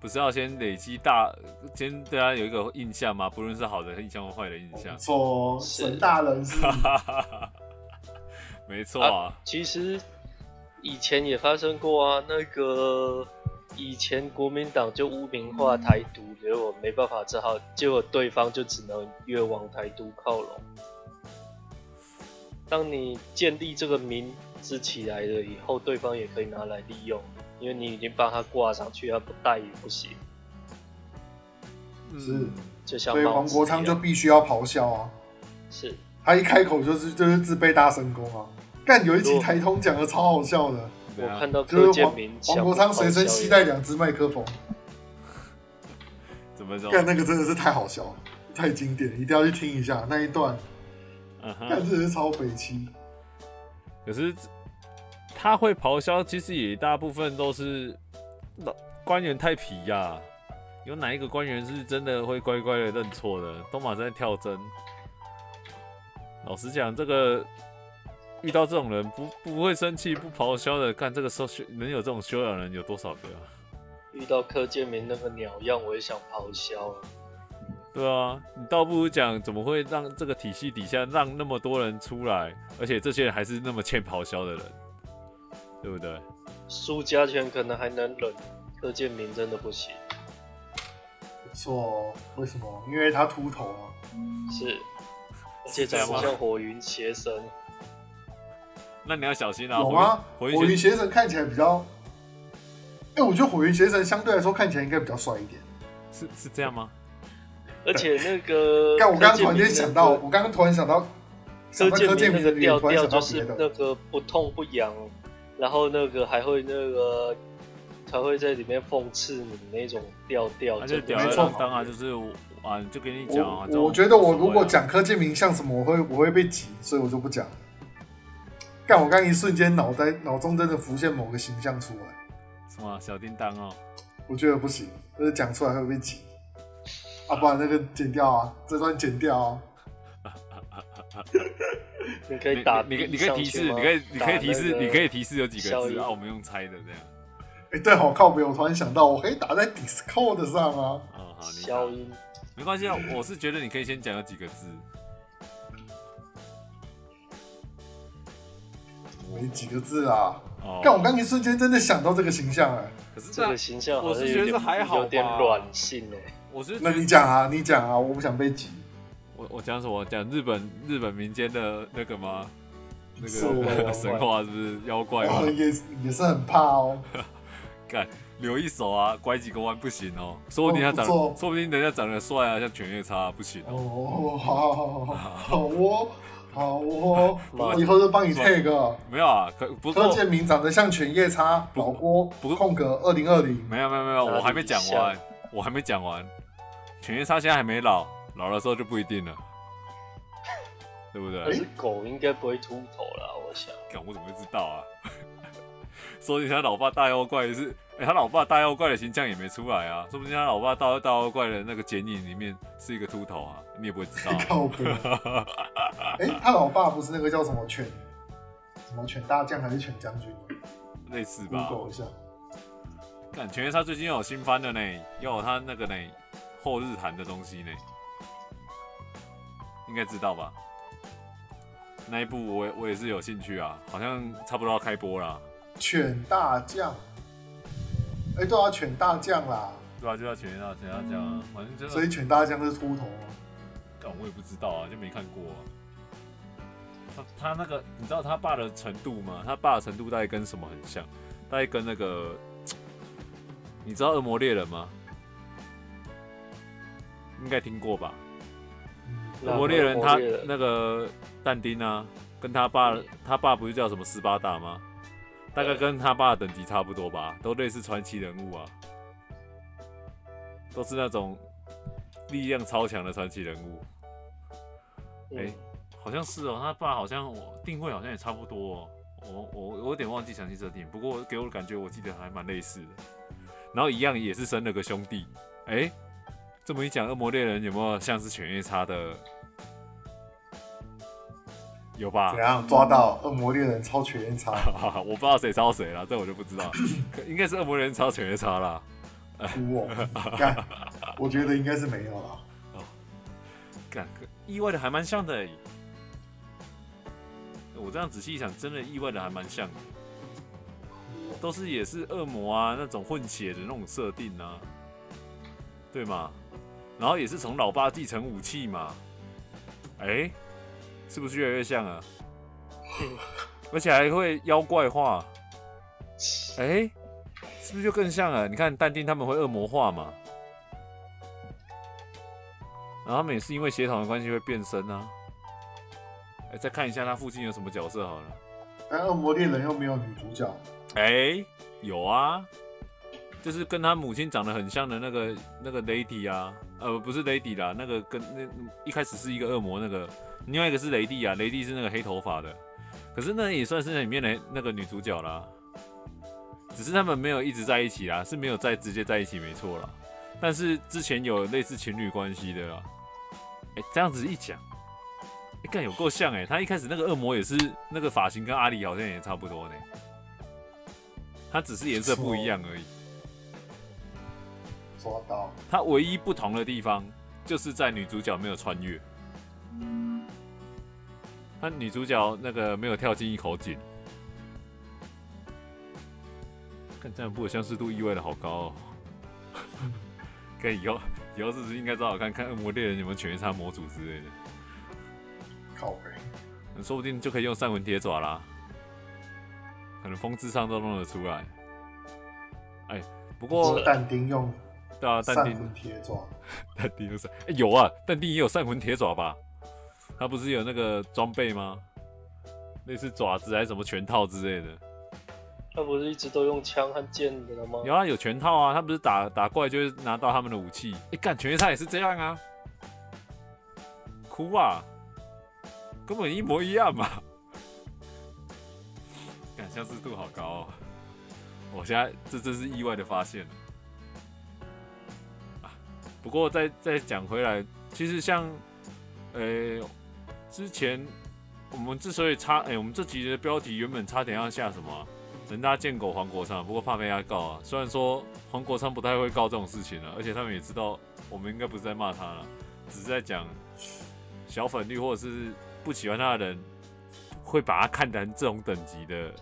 不是要先累积大，先对他有一个印象吗？不论是好的印象或坏的印象
没，错，哦
是
沈大 人是
没错啊，
其实以前也发生过啊，那个以前国民党就污名化台独，结果没办法，只好结果对方就只能越往台独靠拢。当你建立这个名字起来了以后，对方也可以拿来利用，因为你已经帮他挂上去，他不带也不行。
是
嗯，
就像
所以
帽
黄
子
国昌
一
就
样
必须要咆哮啊！
是
他一开口就是就是自备大神功啊！干有一集
如果
台通讲的超好笑的，
对
我
啊
看到柯
就是
建
黄
明
黄国昌随身携带两只麦克风，
怎么说？
干那个真的是太好笑了，太经典了，一定要去听一下那一段，
嗯
干
哼，
真的是超北七。
可是他会咆哮，其实也大部分都是老官员太皮呀、有哪一个官员是真的会乖乖的认错的？都马在跳针。老实讲，这个遇到这种人不不会生气、不咆哮的，干这个时候修能有这种修养的人有多少个啊？
遇到柯建明那个鸟样，我也想咆哮啊了。
对啊，你倒不如讲怎么会让这个体系底下让那么多人出来，而且这些人还是那么欠咆哮的人，对不对？
苏家全可能还能忍，柯建明真的不行。
不错哦，为什么？因为他秃头啊。
是，而且长
是
得
这样
像
吗
火云邪神，
那你要小心啊！
有
火
吗？火
云火云
云邪神看起来比较，哎、我觉得火云邪神相对来说看起来应该比较帅一点。
是是这样吗？
而且那 个
但我刚刚突
呃柯建
然
明
间想到，
那个
我刚刚突然想到，想
柯
到
建
柯建
明那
明
个
的脸，
调
突然
调
想到
就是
别的。
那个不痛不痒，然后那个还会那个才会在里面讽刺你那种调调，
他就
真的
屌
没
了
错
当当啊，就是我啊，你就跟你讲啊。这
我
种
我觉得我
无所谓
如
啊
果讲柯建明像什么，我会我会被挤，所以我就不讲了。干，我刚一瞬间脑袋脑中真的浮现某个形象出来，
什么小叮当哦，
我觉得不行，就是讲出来会被挤。啊，不然那个剪掉啊，这段剪掉啊。
你可
你
以打
你你可以你
地
可以
上
提示，
去吗
你可以你可以提示，你可以。
打那个
提示有几个
效
字
益
啊？我们用猜的这样。
哎、对好靠北，我突然想到，我可以打在 Discord 上啊。
哦，好，你
消
打
音
没关系啊，我是觉得你可以先讲有几个字。
没几个字啊。
哦，
但我刚一瞬间真的想到这个形象哎、
可是
这
这
个形象
啊我
好像
是
有
觉得
点
还好吧
有点软性哎、
我是觉
那
得
你讲啊，你讲啊，我不想被挤。
我我讲什么？讲日本日本民间的那个吗？那
是我
个 神话是不是妖怪吗
我？哦也也是很怕哦。
干留一手啊，拐几个弯不行哦，说不定他长，
哦不错
说不定人家长得帅啊，像犬夜叉、不行哦。
哦，好好好好好哦，好哦，
妈
我以后就帮你 tag
没有啊，可不
柯
过
建明长得像犬夜叉，老郭
不过
空格二零二零，
没有没有没有，
哪里
我还没讲完，我还没讲完。犬夜叉现在还没老，老的时候就不一定了，对不
可
对？
是狗应该不会秃头啦，我想。
干我怎么会知道啊？ 说不定他老爸大妖怪是，哎、他老爸大妖怪的形象也没出来啊，说不定他老爸大大妖怪的那个剪影里面是一个秃头啊， 你也不会知道、啊。
靠北。哎，他老爸不是那个叫什么犬，什么犬大将还是犬将军
类似吧。
？Google 一下。
感觉他最近又有新番的呢，又有他那个呢后日谈的东西呢，应该知道吧？那一部我也我也是有兴趣啊，好像差不多要开播啦，
犬大将，哎，对啊，犬大将啦，
对啊，就要全要全要这样啊，反正
嗯
真
所以
的，
犬大将是秃头啊。
干我也不知道啊，就没看过啊。他他那个，你知道他爸的程度吗？他爸的程度大概跟什么很像？大概跟那个，你知道《恶魔猎人》吗？应该听过吧？
嗯
恶魔猎人
那
他
恶魔猎人嗯
那个但丁啊，跟他爸他爸不是叫什么斯巴达吗？大概跟他爸的等级差不多吧，都类似传奇人物啊，都是那种力量超强的传奇人物。
嗯
哎好像是哦，他爸好像我定位好像也差不多哦，我我我有点忘记详细设定，不过给我的感觉我记得还蛮类似的。然后一样也是生了个兄弟，哎、这么一讲，恶魔猎人有没有像是犬夜叉的？有吧
怎？样抓到恶魔猎人超犬夜叉？
我不知道谁抄谁了，这我就不知道，可应该是恶魔猎人抄犬夜叉啦。
哭哦！干，我觉得应该是没有啦。
感意外的还蛮像的、欸，我这样仔细一想，真的意外的还蛮像的。都是也是恶魔啊那种混血的那种设定啊，对嘛？然后也是从老爸继承武器嘛，哎、是不是越来越像啊？而且还会妖怪化，哎、是不是就更像了？你看但丁他们会恶魔化嘛，然后他们也是因为血统的关系会变身啊。哎、再看一下他附近有什么角色好了。
但恶魔猎人又没有女主角，
哎、有啊，就是跟他母亲长得很像的那个那个 Lady 啊，呃，不是 Lady 啦，那个跟那一开始是一个恶魔，那个另外一个是雷帝啊，雷帝是那个黑头发的，可是那也算是那里面的那个女主角啦，只是他们没有一直在一起啦，是没有在直接在一起没错啦，但是之前有类似情侣关系的啦，哎、这样子一讲。哎，干有够像哎、他一开始那个恶魔也是那个发型跟阿里好像也差不多呢、它只是颜色不一样而已。
抓到。
它唯一不同的地方就是在女主角没有穿越，她女主角那个没有跳进一口井。看这两部的相似度意外的好高哦。跟以后以后是不是应该找找看看《恶魔猎人》有没有犬夜叉模组之类的？
靠背，
说不定就可以用三魂铁爪啦，可能风之上都弄得出来。哎，不过
是但丁用
对啊，但
散
丁
魂铁爪，
但丁就是、哎有啊，但丁也有三魂铁爪吧？他不是有那个装备吗？类似爪子还是什么拳套之类的？
他不是一直都用枪和剑的了吗？
有啊，有拳套啊，他不是打打怪就会拿到他们的武器。哎、干犬夜叉也是这样啊，哭啊，根本一模一样嘛。 感相似度好高哦！我现在这真是意外的发现了啊不过再再讲回来，其实像呃、之前我们之所以差哎、我们这集的标题原本差点要下什么啊、人大见狗黄国昌，不过怕被他告啊。虽然说黄国昌不太会告这种事情啊，而且他们也知道我们应该不是在骂他了，只是在讲小粉绿或者是不喜欢他的人会把他看成这种等级的，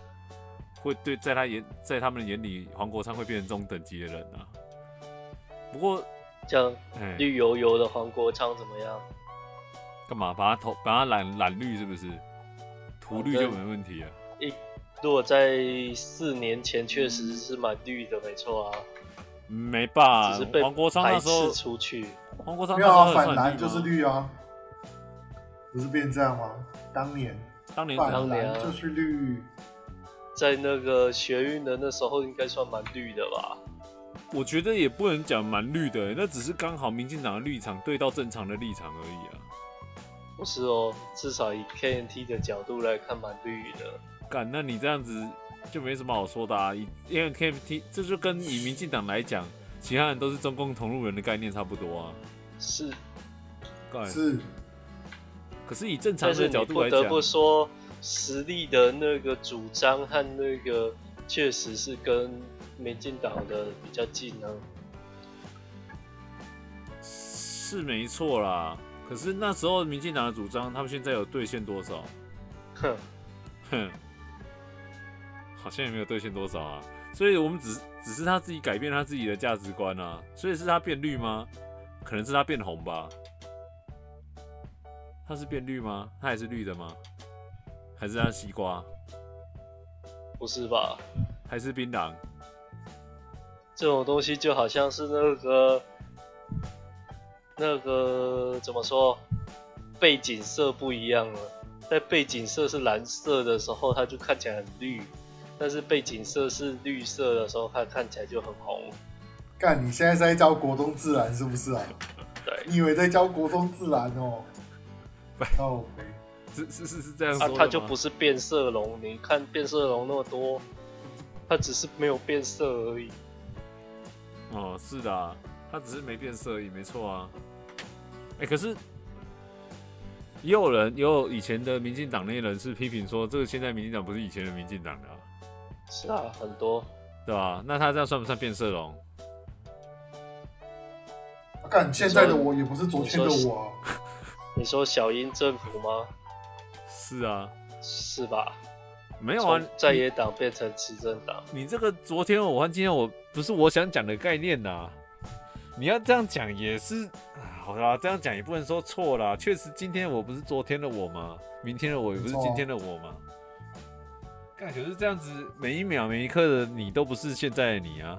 会对在他眼在他们的眼里，黄国昌会变成这种等级的人啊。不过，
这样
哎、
绿油油的黄国昌怎么样？
干嘛把他头把他染染绿是不是？涂绿
好
就
的
没问题啊了。
一如果在四年前确实是蛮绿的，没错啊，
没吧
只是？被
哎黄国昌那
排
时候
斥，出去。
黄国昌
没
那
有
时候
啊，
很
反
算
蓝
吗
就是绿啊，不是变这样吗？当年
当年
反
当年
蓝
啊
就是绿，
在那个学运的那时候，应该算蛮绿的吧？
我觉得也不能讲蛮绿的欸、那只是刚好民进党的立场对到正常的立场而已啊。
不是哦，至少以 KNT 的角度来看，蛮绿的。
干，那你这样子就没什么好说的啊。以因为 KFT 这就跟以民进党来讲，其他人都是中共同路人的概念差不多啊。
是，
干，
是
可是以正常
但是
的角
你
度
不
来
得
讲，
不说，实力的那个主张和那个确实是跟民进党的比较近啊。
是没错啦。可是那时候民进党的主张，他们现在有兑现多少？
哼，
哼， 好像也没有兑现多少啊。所以我们只是只是他自己改变他自己的价值观啊。所以是他变绿吗？可能是他变红吧。他是变绿吗？他还是绿的吗？还是他是西瓜？
不是吧？
还是槟榔？
这种东西就好像是那个那个怎么说，背景色不一样了。在背景色是蓝色的时候，它就看起来很绿；但是背景色是绿色的时候，它看起来就很红。
干，你现在是在教国中自然是 不是啊？
对，
你以为在教国中自然哦？靠北
是是是是这样说
啊
的，吗？
它就不是变色龙。你看变色龙那么多，它只是没有变色而已。
哦，是的啊、他只是没变色而已，没错啊。哎、可是也有人，也有以前的民进党内人士批评说，这个现在民进党不是以前的民进党了啊、
是啊，很多
对吧、那他这样算不算变色龙？
啊干，现在的我也不是昨天的我、啊。
你说小英政府吗？
是啊，
是吧？
没有啊
从，在野党变成执政党，
你这个昨天我和今天我不是我想讲的概念呐、你要这样讲也是，啊好啦，这样讲也不能说错啦。确实，今天我不是昨天的我吗？明天的我也不是今天的我吗？感觉是这样子，每一秒每一刻的你都不是现在的你啊。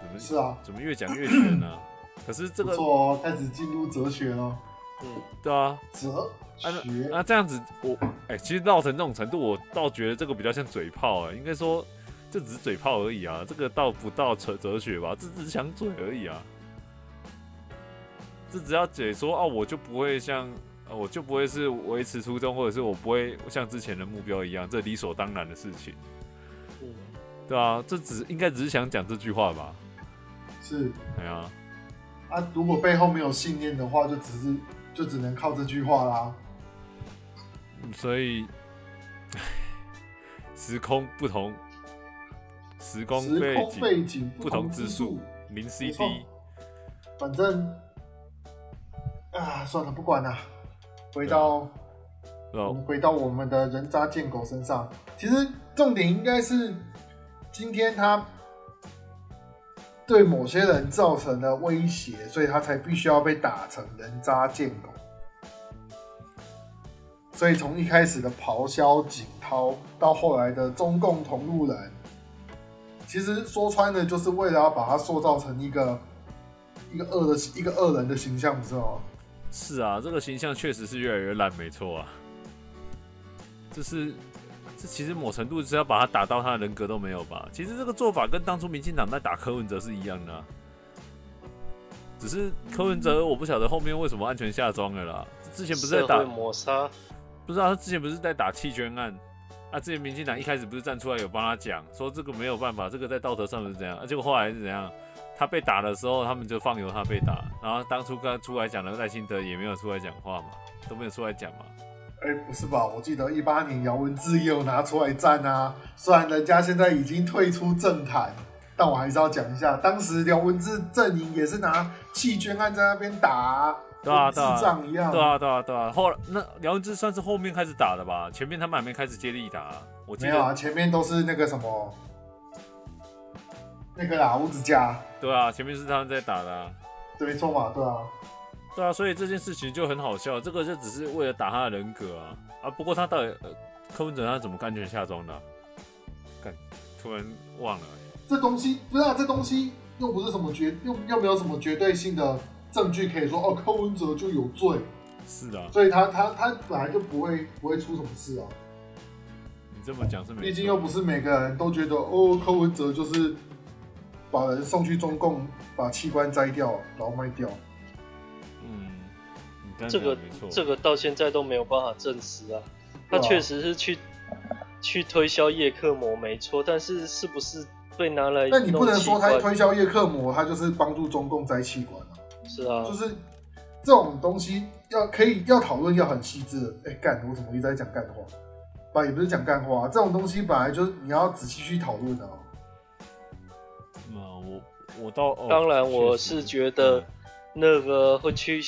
怎么
是啊，
怎么越讲越玄呢、可是这
不
个
错哦，开始进入哲学了。
嗯，
对啊，
哲
啊
学，
那这样子，我哎、其实闹成这种程度，我倒觉得这个比较像嘴炮啊、应该说这只是嘴炮而已啊，这个倒不到哲哲学吧，这只是想嘴而已啊。这只要嘴说啊，我就不会像，呃我就不会是维持初衷，或者是我不会像之前的目标一样，这理所当然的事情，
嗯
对啊，这只应该只是想讲这句话吧，
是
哎呀、
啊，如果背后没有信念的话，就只是就只能靠这句话啦。
嗯所以，唉时空不同，时空
时
背
空
景
背景
不同
同
之
数
数，零
没错
CD，
反正啊，算了，不管了，回
啊
到我
哦
们回到我们的人渣贱狗身上。其实重点应该是今天他对某些人造成了威胁，所以他才必须要被打成人渣贱狗。所以从一开始的咆哮、警涛，到后来的中共同路人，其实说穿了，就是为了要把他塑造成一个一个恶的一个恶人的形象，你知道吗？
是啊，这个形象确实是越来越烂，没错啊。这是这其实某程度是要把他打到他的人格都没有吧？其实这个做法跟当初民进党在打柯文哲是一样的啊、只是柯文哲我不晓得后面为什么安全下庄了啦。之前不是在
社
打
会抹杀，
不是啊，他之前不是在打弃捐案啊？之前民进
嗯
党一开始不是站出来有帮他讲，说这个没有办法，这个在道德上是怎样？啊，结果后来是怎样？他被打的时候，他们就放由他被打，然后当初刚出来讲的赖清德也没有出来讲话嘛，都没有出来讲嘛。
哎，不是吧？我记得一八年姚文智也有拿出来站啊，虽然人家现在已经退出政坛，但我还是要讲一下，当时姚文智阵营也是拿弃捐案在那边打、
对啊
跟智障一样。
对啊，对啊，对啊。后来那梁文志算是后面开始打的吧，前面他们还没开始接力打、我记
没有
得，
啊，前面都是那个什么，那个啦，吴子嘉，
对啊，前面是他们在打的、啊。
对，没错嘛，对啊，
对啊，所以这件事情就很好笑，这个就只是为了打他的人格啊啊！不过他到底、呃、柯文哲他怎么安全下庄的、啊？干，突然忘了欸、
这东西不是啊，这东西又不是什么绝，又又没有什么绝对性的证据可以说哦，柯文哲就有罪，
是的啊，
所以他他他本来就不会不会出什么事啊。
你这么讲是没错。
毕竟又不是每个人都觉得哦，柯文哲就是把人送去中共，把器官摘掉，然后卖掉。
嗯，你这样
这
讲
个
没错。
这个到现在都没有办法证实啊。他
对啊
确实是去去推销叶克膜没错，但是是不是被拿来
但你不
弄
能
器
说他
官？
推销叶克膜，他就是帮助中共摘器官啊。
是啊，
就是这种东西要可以要讨论要很细致的。哎、干，我怎么一直在讲干话？吧，也不是讲干话、啊这种东西本来就是你要仔细去讨论的、哦。
嗯，我我到、哦、
当然，我
确实嗯
是觉得那个会去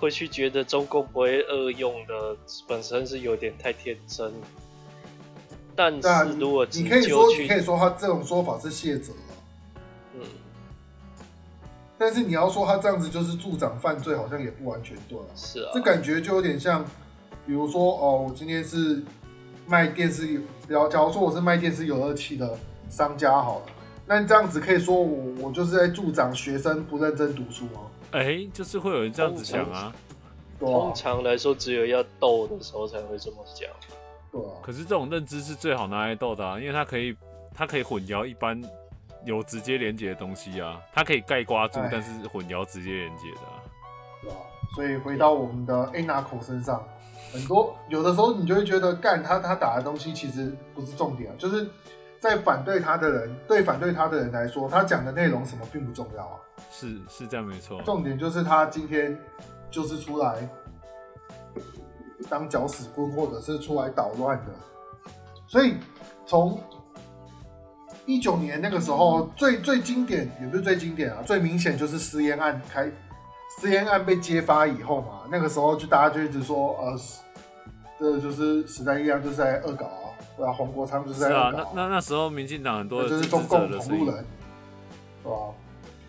会去觉得中共不会恶用的，本身是有点太天真。但
对啊
是如果只
你可以
就
说，你
去
可以说他这种说法是卸责了。
嗯，
但是你要说他这样子就是助长犯罪，好像也不完全对啊。
是啊
这，感觉就有点像，比如说哦，我今天是卖电视，比方假如说我是卖电视游乐器的商家好了，那你这样子可以说我我就是在助长学生不认真读书吗？
哎、就是会有人这样子想啊。
对啊
通，常来说，只有要斗的时候才会这么讲。
对啊，
可是这种认知是最好拿来斗的、啊，因为它可以它可以混淆一般有直接连接的东西啊，它可以盖刮住
哎，
但是混淆直接连接的、啊。
对啊。所以回到我们的 Anna 口身上，很多有的时候你就会觉得，干他他打的东西其实不是重点啊，就是在反对他的人，对反对他的人来说，他讲的内容什么并不重要啊。
是是这样没错，
重点就是他今天就是出来当搅屎棍，或者是出来捣乱的。所以从一九年那个时候，最最经典也不是最经典啊，最明显就是私烟案开，私烟案被揭发以后嘛，那个时候就大家就一直说，呃，这就是时代力量就是在恶搞啊，对啊，黄国昌就是
是
在恶
啊，
搞、
那那那时候民进党很多的
那就
支
是
持
中共
者的
同
声
路
音，
人，对吧、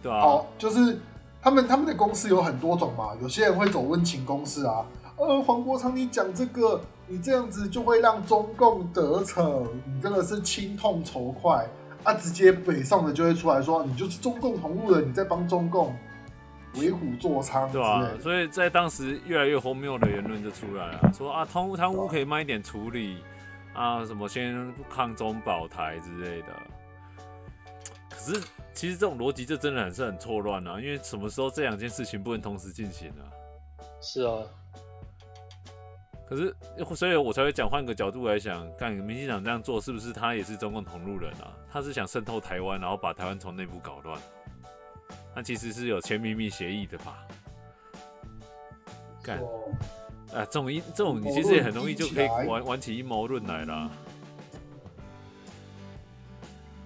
对啊
哦，，就是他们他们的公司有很多种嘛，有些人会走温情公式啊，呃，黄国昌你讲这个，你这样子就会让中共得逞，你真的是亲痛仇快啊！直接北上的就会出来说，你就是中共同路人，你在帮中共为虎作伥之
对
类
啊
的，，
所以在当时越来越荒谬的言论就出来了，说啊贪污贪污可以慢一点处理啊，什么先抗中保台之类的。可是其实这种逻辑就真的很是很错乱啊，因为什么时候这两件事情不能同时进行啊？
是啊，
可是，所以我才会讲，换个角度来想，看民进党这样做是不是他也是中共同路人啊？他是想渗透台湾，然后把台湾从内部搞乱。那其实是有签秘密协议的吧？干
说
啊，这种一这种你其实也很容易就可以玩玩起阴谋论来啦。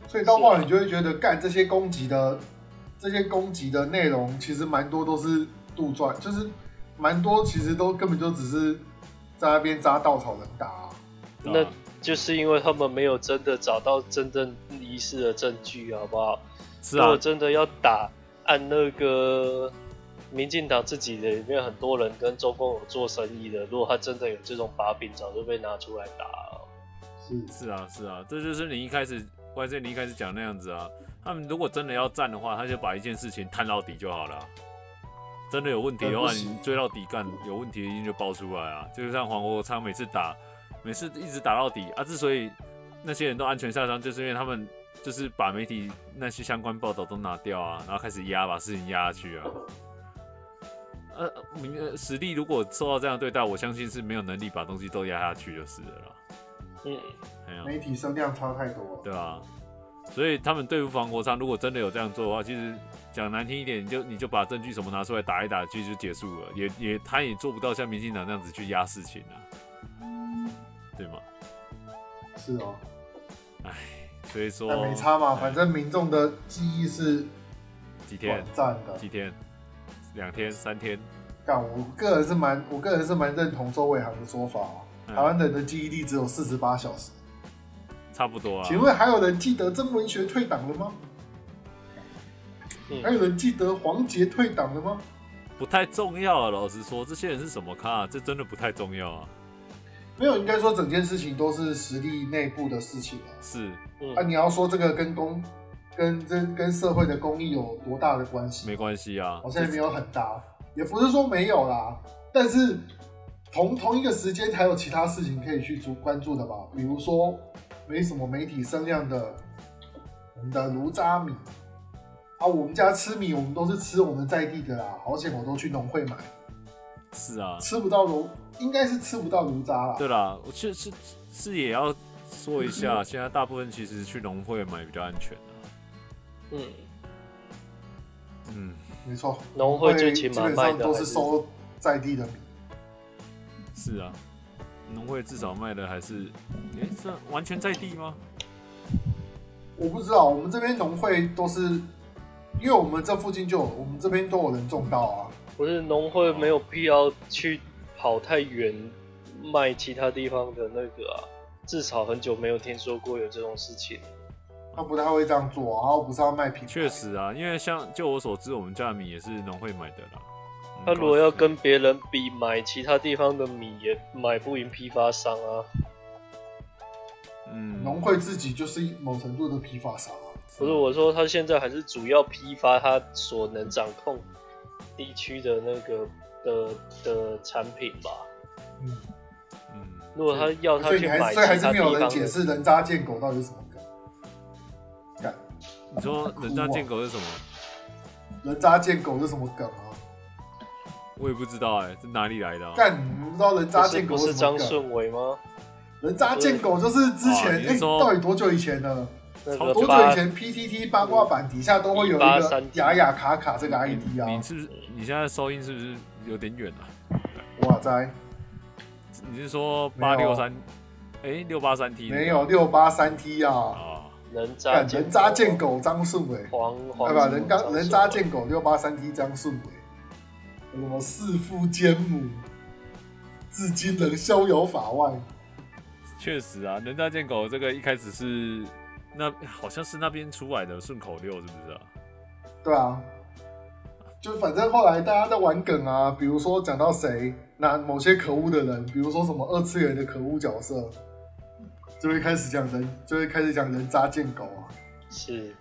所以到后
是
来
啊
你就会觉得，干这些攻击的这些攻击的内容，其实蛮多都是杜撰，就是蛮多其实都根本就只是在那边扎稻草人打、啊。
那
啊
就是因为他们没有真的找到真正疑似的证据，好不好？
是
如
啊
果，真的要打，按那个民进党自己的里面很多人跟中共有做生意的，如果他真的有这种把柄，早就被拿出来打了。
是
是啊，是啊，这就是你一开始，关键你一开始讲那样子啊。他们如果真的要战的话，他就把一件事情探到底就好了啊。真的有问题的
但
话，
呃不行
你追到底干，有问题一定就爆出来啊。就像黄国昌每次打，每次一直打到底啊。之所以那些人都安全下山，就是因为他们就是把媒体那些相关报道都拿掉啊，然后开始压把事情压下去啊。呃，你呃实力如果受到这样对待，我相信是没有能力把东西都压下去就是了啦。
嗯，
哎呀、
媒体声量差太多了。
对啊，所以他们对付防国昌，如果真的有这样做的话，其实讲难听一点，你就你就把证据什么拿出来打一打，其实就结束了，也也他也做不到像民进党那样子去压事情啊，对吗？
是哦，
所以说
但没差嘛，
哎
反正民众的记忆是
几天
短暂的。
几天，两天三天，
但我个人是蛮，我个人是蛮认同周伟航的说法、哦。
嗯
台湾人的记忆力只有四十八小时，
差不多啊。
请问还有人记得曾文学退党了吗？
嗯
还有人记得黄杰退党了吗？
不太重要啊，老实说，这些人是什么咖、这真的不太重要啊。
没有，应该说整件事情都是实力内部的事情啊。
是
啊，
嗯，
你要说这个跟公，跟这跟社会的公益有多大的关系？
没关系啊
好，像也没有很大，也不是说没有啦，但是同同一个时间还有其他事情可以去注关注的吧，比如说没什么媒体声量的我们的卢渣米啊，我们家吃米我们都是吃我们在地的啦，好险我都去农会买，
是啊，
吃不到卢应该是吃不到卢渣啦，
对啦，我确实是也要说一下，现在大部分其实去农会买比较安全啊。
嗯，
嗯，
没错，
农会
会
最
基
起码
本
卖
上
的
都
还
是收在地的米，
是啊，嗯农会至少卖的还是，诶，这完全在地吗？
我不知道我们这边农会都是，因为我们这附近就有我们这边都有人种到啊。
不是农会没有必要去跑太远卖其他地方的那个啊，至少很久没有听说过有这种事情。
他不太会这样做啊，然后不是要卖品牌，
确实啊，因为像就我所知，我们家的米也是农会买的啦。嗯
他如果要跟别人比，买其他地方的米也买不赢批发商啊。
嗯
农会自己就是某程度的批发商啊。
不是我说，他现在还是主要批发他所能掌控地区的那个的的产品吧。
嗯，
嗯，
如果他要他
所以
去
你
买
还
其
所以还是
他
没
地
有
方
人解
的，
释人渣贱狗到底是什么梗。干，
你说人家建狗是什么？
人渣贱狗是什么梗啊？
我也不知道哎、这哪里来的、啊？
干，你们不知道人
不
渣
是
贱
不
狗
是
什么
张
梗？
顺伟吗？
人渣贱狗就是之前
哦你是
哎、
说
到底多久以前呢？
那
超
个
多久以
八
前 PTT 八卦版底下都会有一个
183
雅雅卡卡这个
嗯
ID 啊
你？是不是你现在收音是不是有点远啊？
哇塞，
你是说
没
八
有
六
啊
三？哎，六八三 T
没有六八三 T 啊！
啊？
人渣哦
干，人渣贱狗张哎顺伟。
黄黄什
对吧？
么
人刚
张
人
顺
渣
伟
贱狗六八三 T 张顺伟，有什么弑父奸母，至今仍逍遥法外。
确实啊，人渣见狗这个一开始是那好像是那边出来的顺口溜，是不是啊？
对啊，就反正后来大家在玩梗啊，比如说讲到谁，那某些可恶的人，比如说什么二次元的可恶角色，就会开始讲人，就会开始讲人渣贱狗啊。
是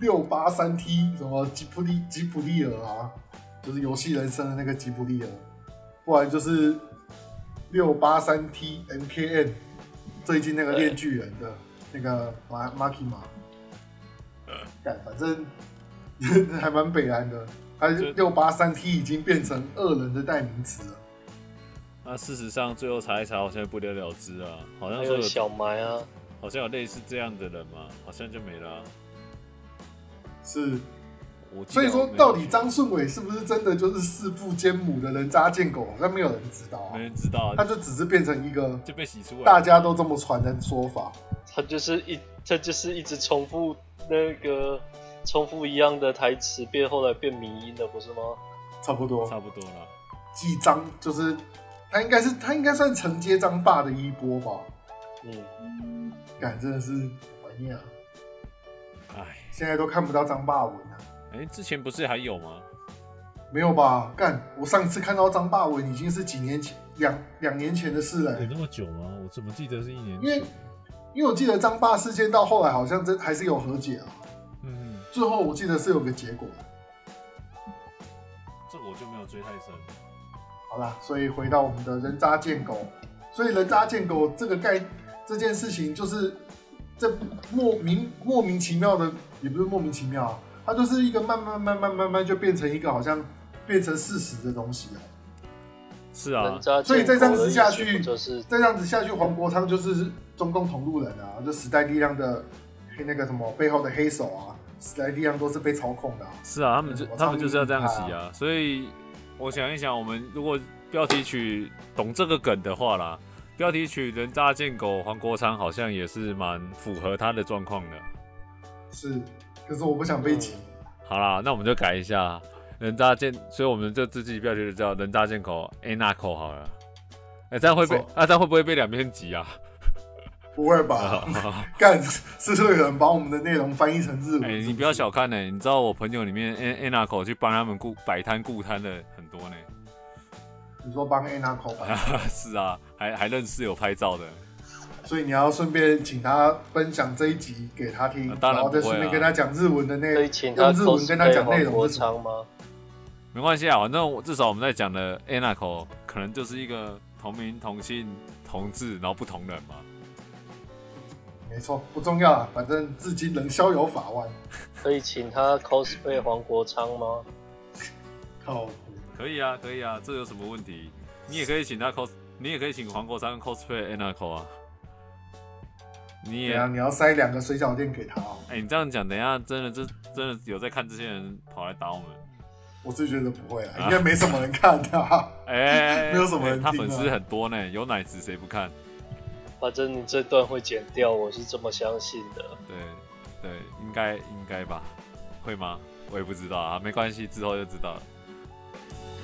六八三 T 什么吉普力吉普力尔啊，就是游戏人生的那个吉普力尔，啊不然就是六八三 T M K N，最近那个
对
炼巨人的那个马马 k 马，干反正 还蛮北蓝的，还
这
是六八三 T 已经变成恶人的代名词了。
那啊事实上最后查一查，好像不了了之啊，好像
还
说
有
有
小埋啊，
好像有类似这样的人嘛，好像就没了啊、
是，
我记得
所以
我
说
没有
到底
去
张顺伟是不是真的就是弑父奸母的人渣贱狗，好像没有人知道啊
没，人知道
他
啊，
就只是变成一个
就被洗出来
大
了。
家都这么传的说法，
他就是一这就是一直重复那个重复一样的台词，变后来变迷音了，不是吗？
差不多
差不多了。
继张就是他应该是他应该算承接张爸的衣钵吧？
嗯，
感真的是怀念啊！
哎
现在都看不到张霸文了、
哎，之前不是还有吗？
没有吧？干，我上次看到张霸文已经是几年前两两年前的事了、
有那么久吗？我怎么记得是一年
因为
前？
因为我记得张霸事件到后来好像真还是有和解啊，
嗯，
最后我记得是有个结果。
这个我就没有追太深。
好啦，所以回到我们的人渣贱狗，所以人渣贱狗这个概这件事情，就是这莫名莫名其妙的，也不是莫名其妙、啊，它就是一个慢慢慢慢慢慢就变成一个好像变成事实的东西啊。
是啊
人，渣
所以
建国
再这样
的
子
意
下
思
去
不就是
再这样子下去，黄国昌就是中共同路人啊，就时代力量的黑那个什么背后的黑手啊，时代力量都是被操控的、啊。
是啊，他们就
我
他
超
们就是要这样洗
明白
啊。所以我想一想，我们如果标题曲懂这个梗的话啦，标题曲人渣贱狗黄国昌好像也是蛮符合他的状况的。
是，可是我不想
嗯
被挤。
好啦，那我们就改一下人渣贱，所以我们就自己标题就叫人渣贱口 A 那口好了。哎、这样会被
没错
啊，这样会不会被两边挤啊？
不会 吧？干，是不是有人把我们的内容翻译成日文？
哎、你不要小看呢、你知道我朋友里面 An Anna 口去帮他们顾摆摊顾摊的很多呢、
你说帮 Anna 口吧，
是啊，还还认识有拍照的，
所以你要顺便请他分享这一集给他听，
啊当然
后再顺
不会啊
便跟他讲日文的内
可
容，
以请他
用日文跟他
cosplay
讲内
黄
容
国
是什么。
昌吗？
没关系啊，反正我至少我们在讲的 Anna 口可能就是一个同名同姓同志，然后不同人嘛。
没错，不重要啊，反正至今仍逍遥法外。
可以请他 cosplay 黄国昌吗？
靠谱，
可以啊，可以啊，这有什么问题？你也可以请他 cos，你也可以请黄国昌 cosplay Anna 口啊。你
对
也，
啊，
哎、
你要塞两个水饺店给他哦，
你这样讲，等一下真的这真的有在看这些人跑来打 我们。
我是觉得不会啊，应该没什么人看的啊。
哎、
没有什么人
哎他
听啊
粉丝很多呢，有奶子谁不看？
反正你这段会剪掉，我是这么相信的。
对，对，应该应该吧？会吗？我也不知道啊，没关系，之后就知道了。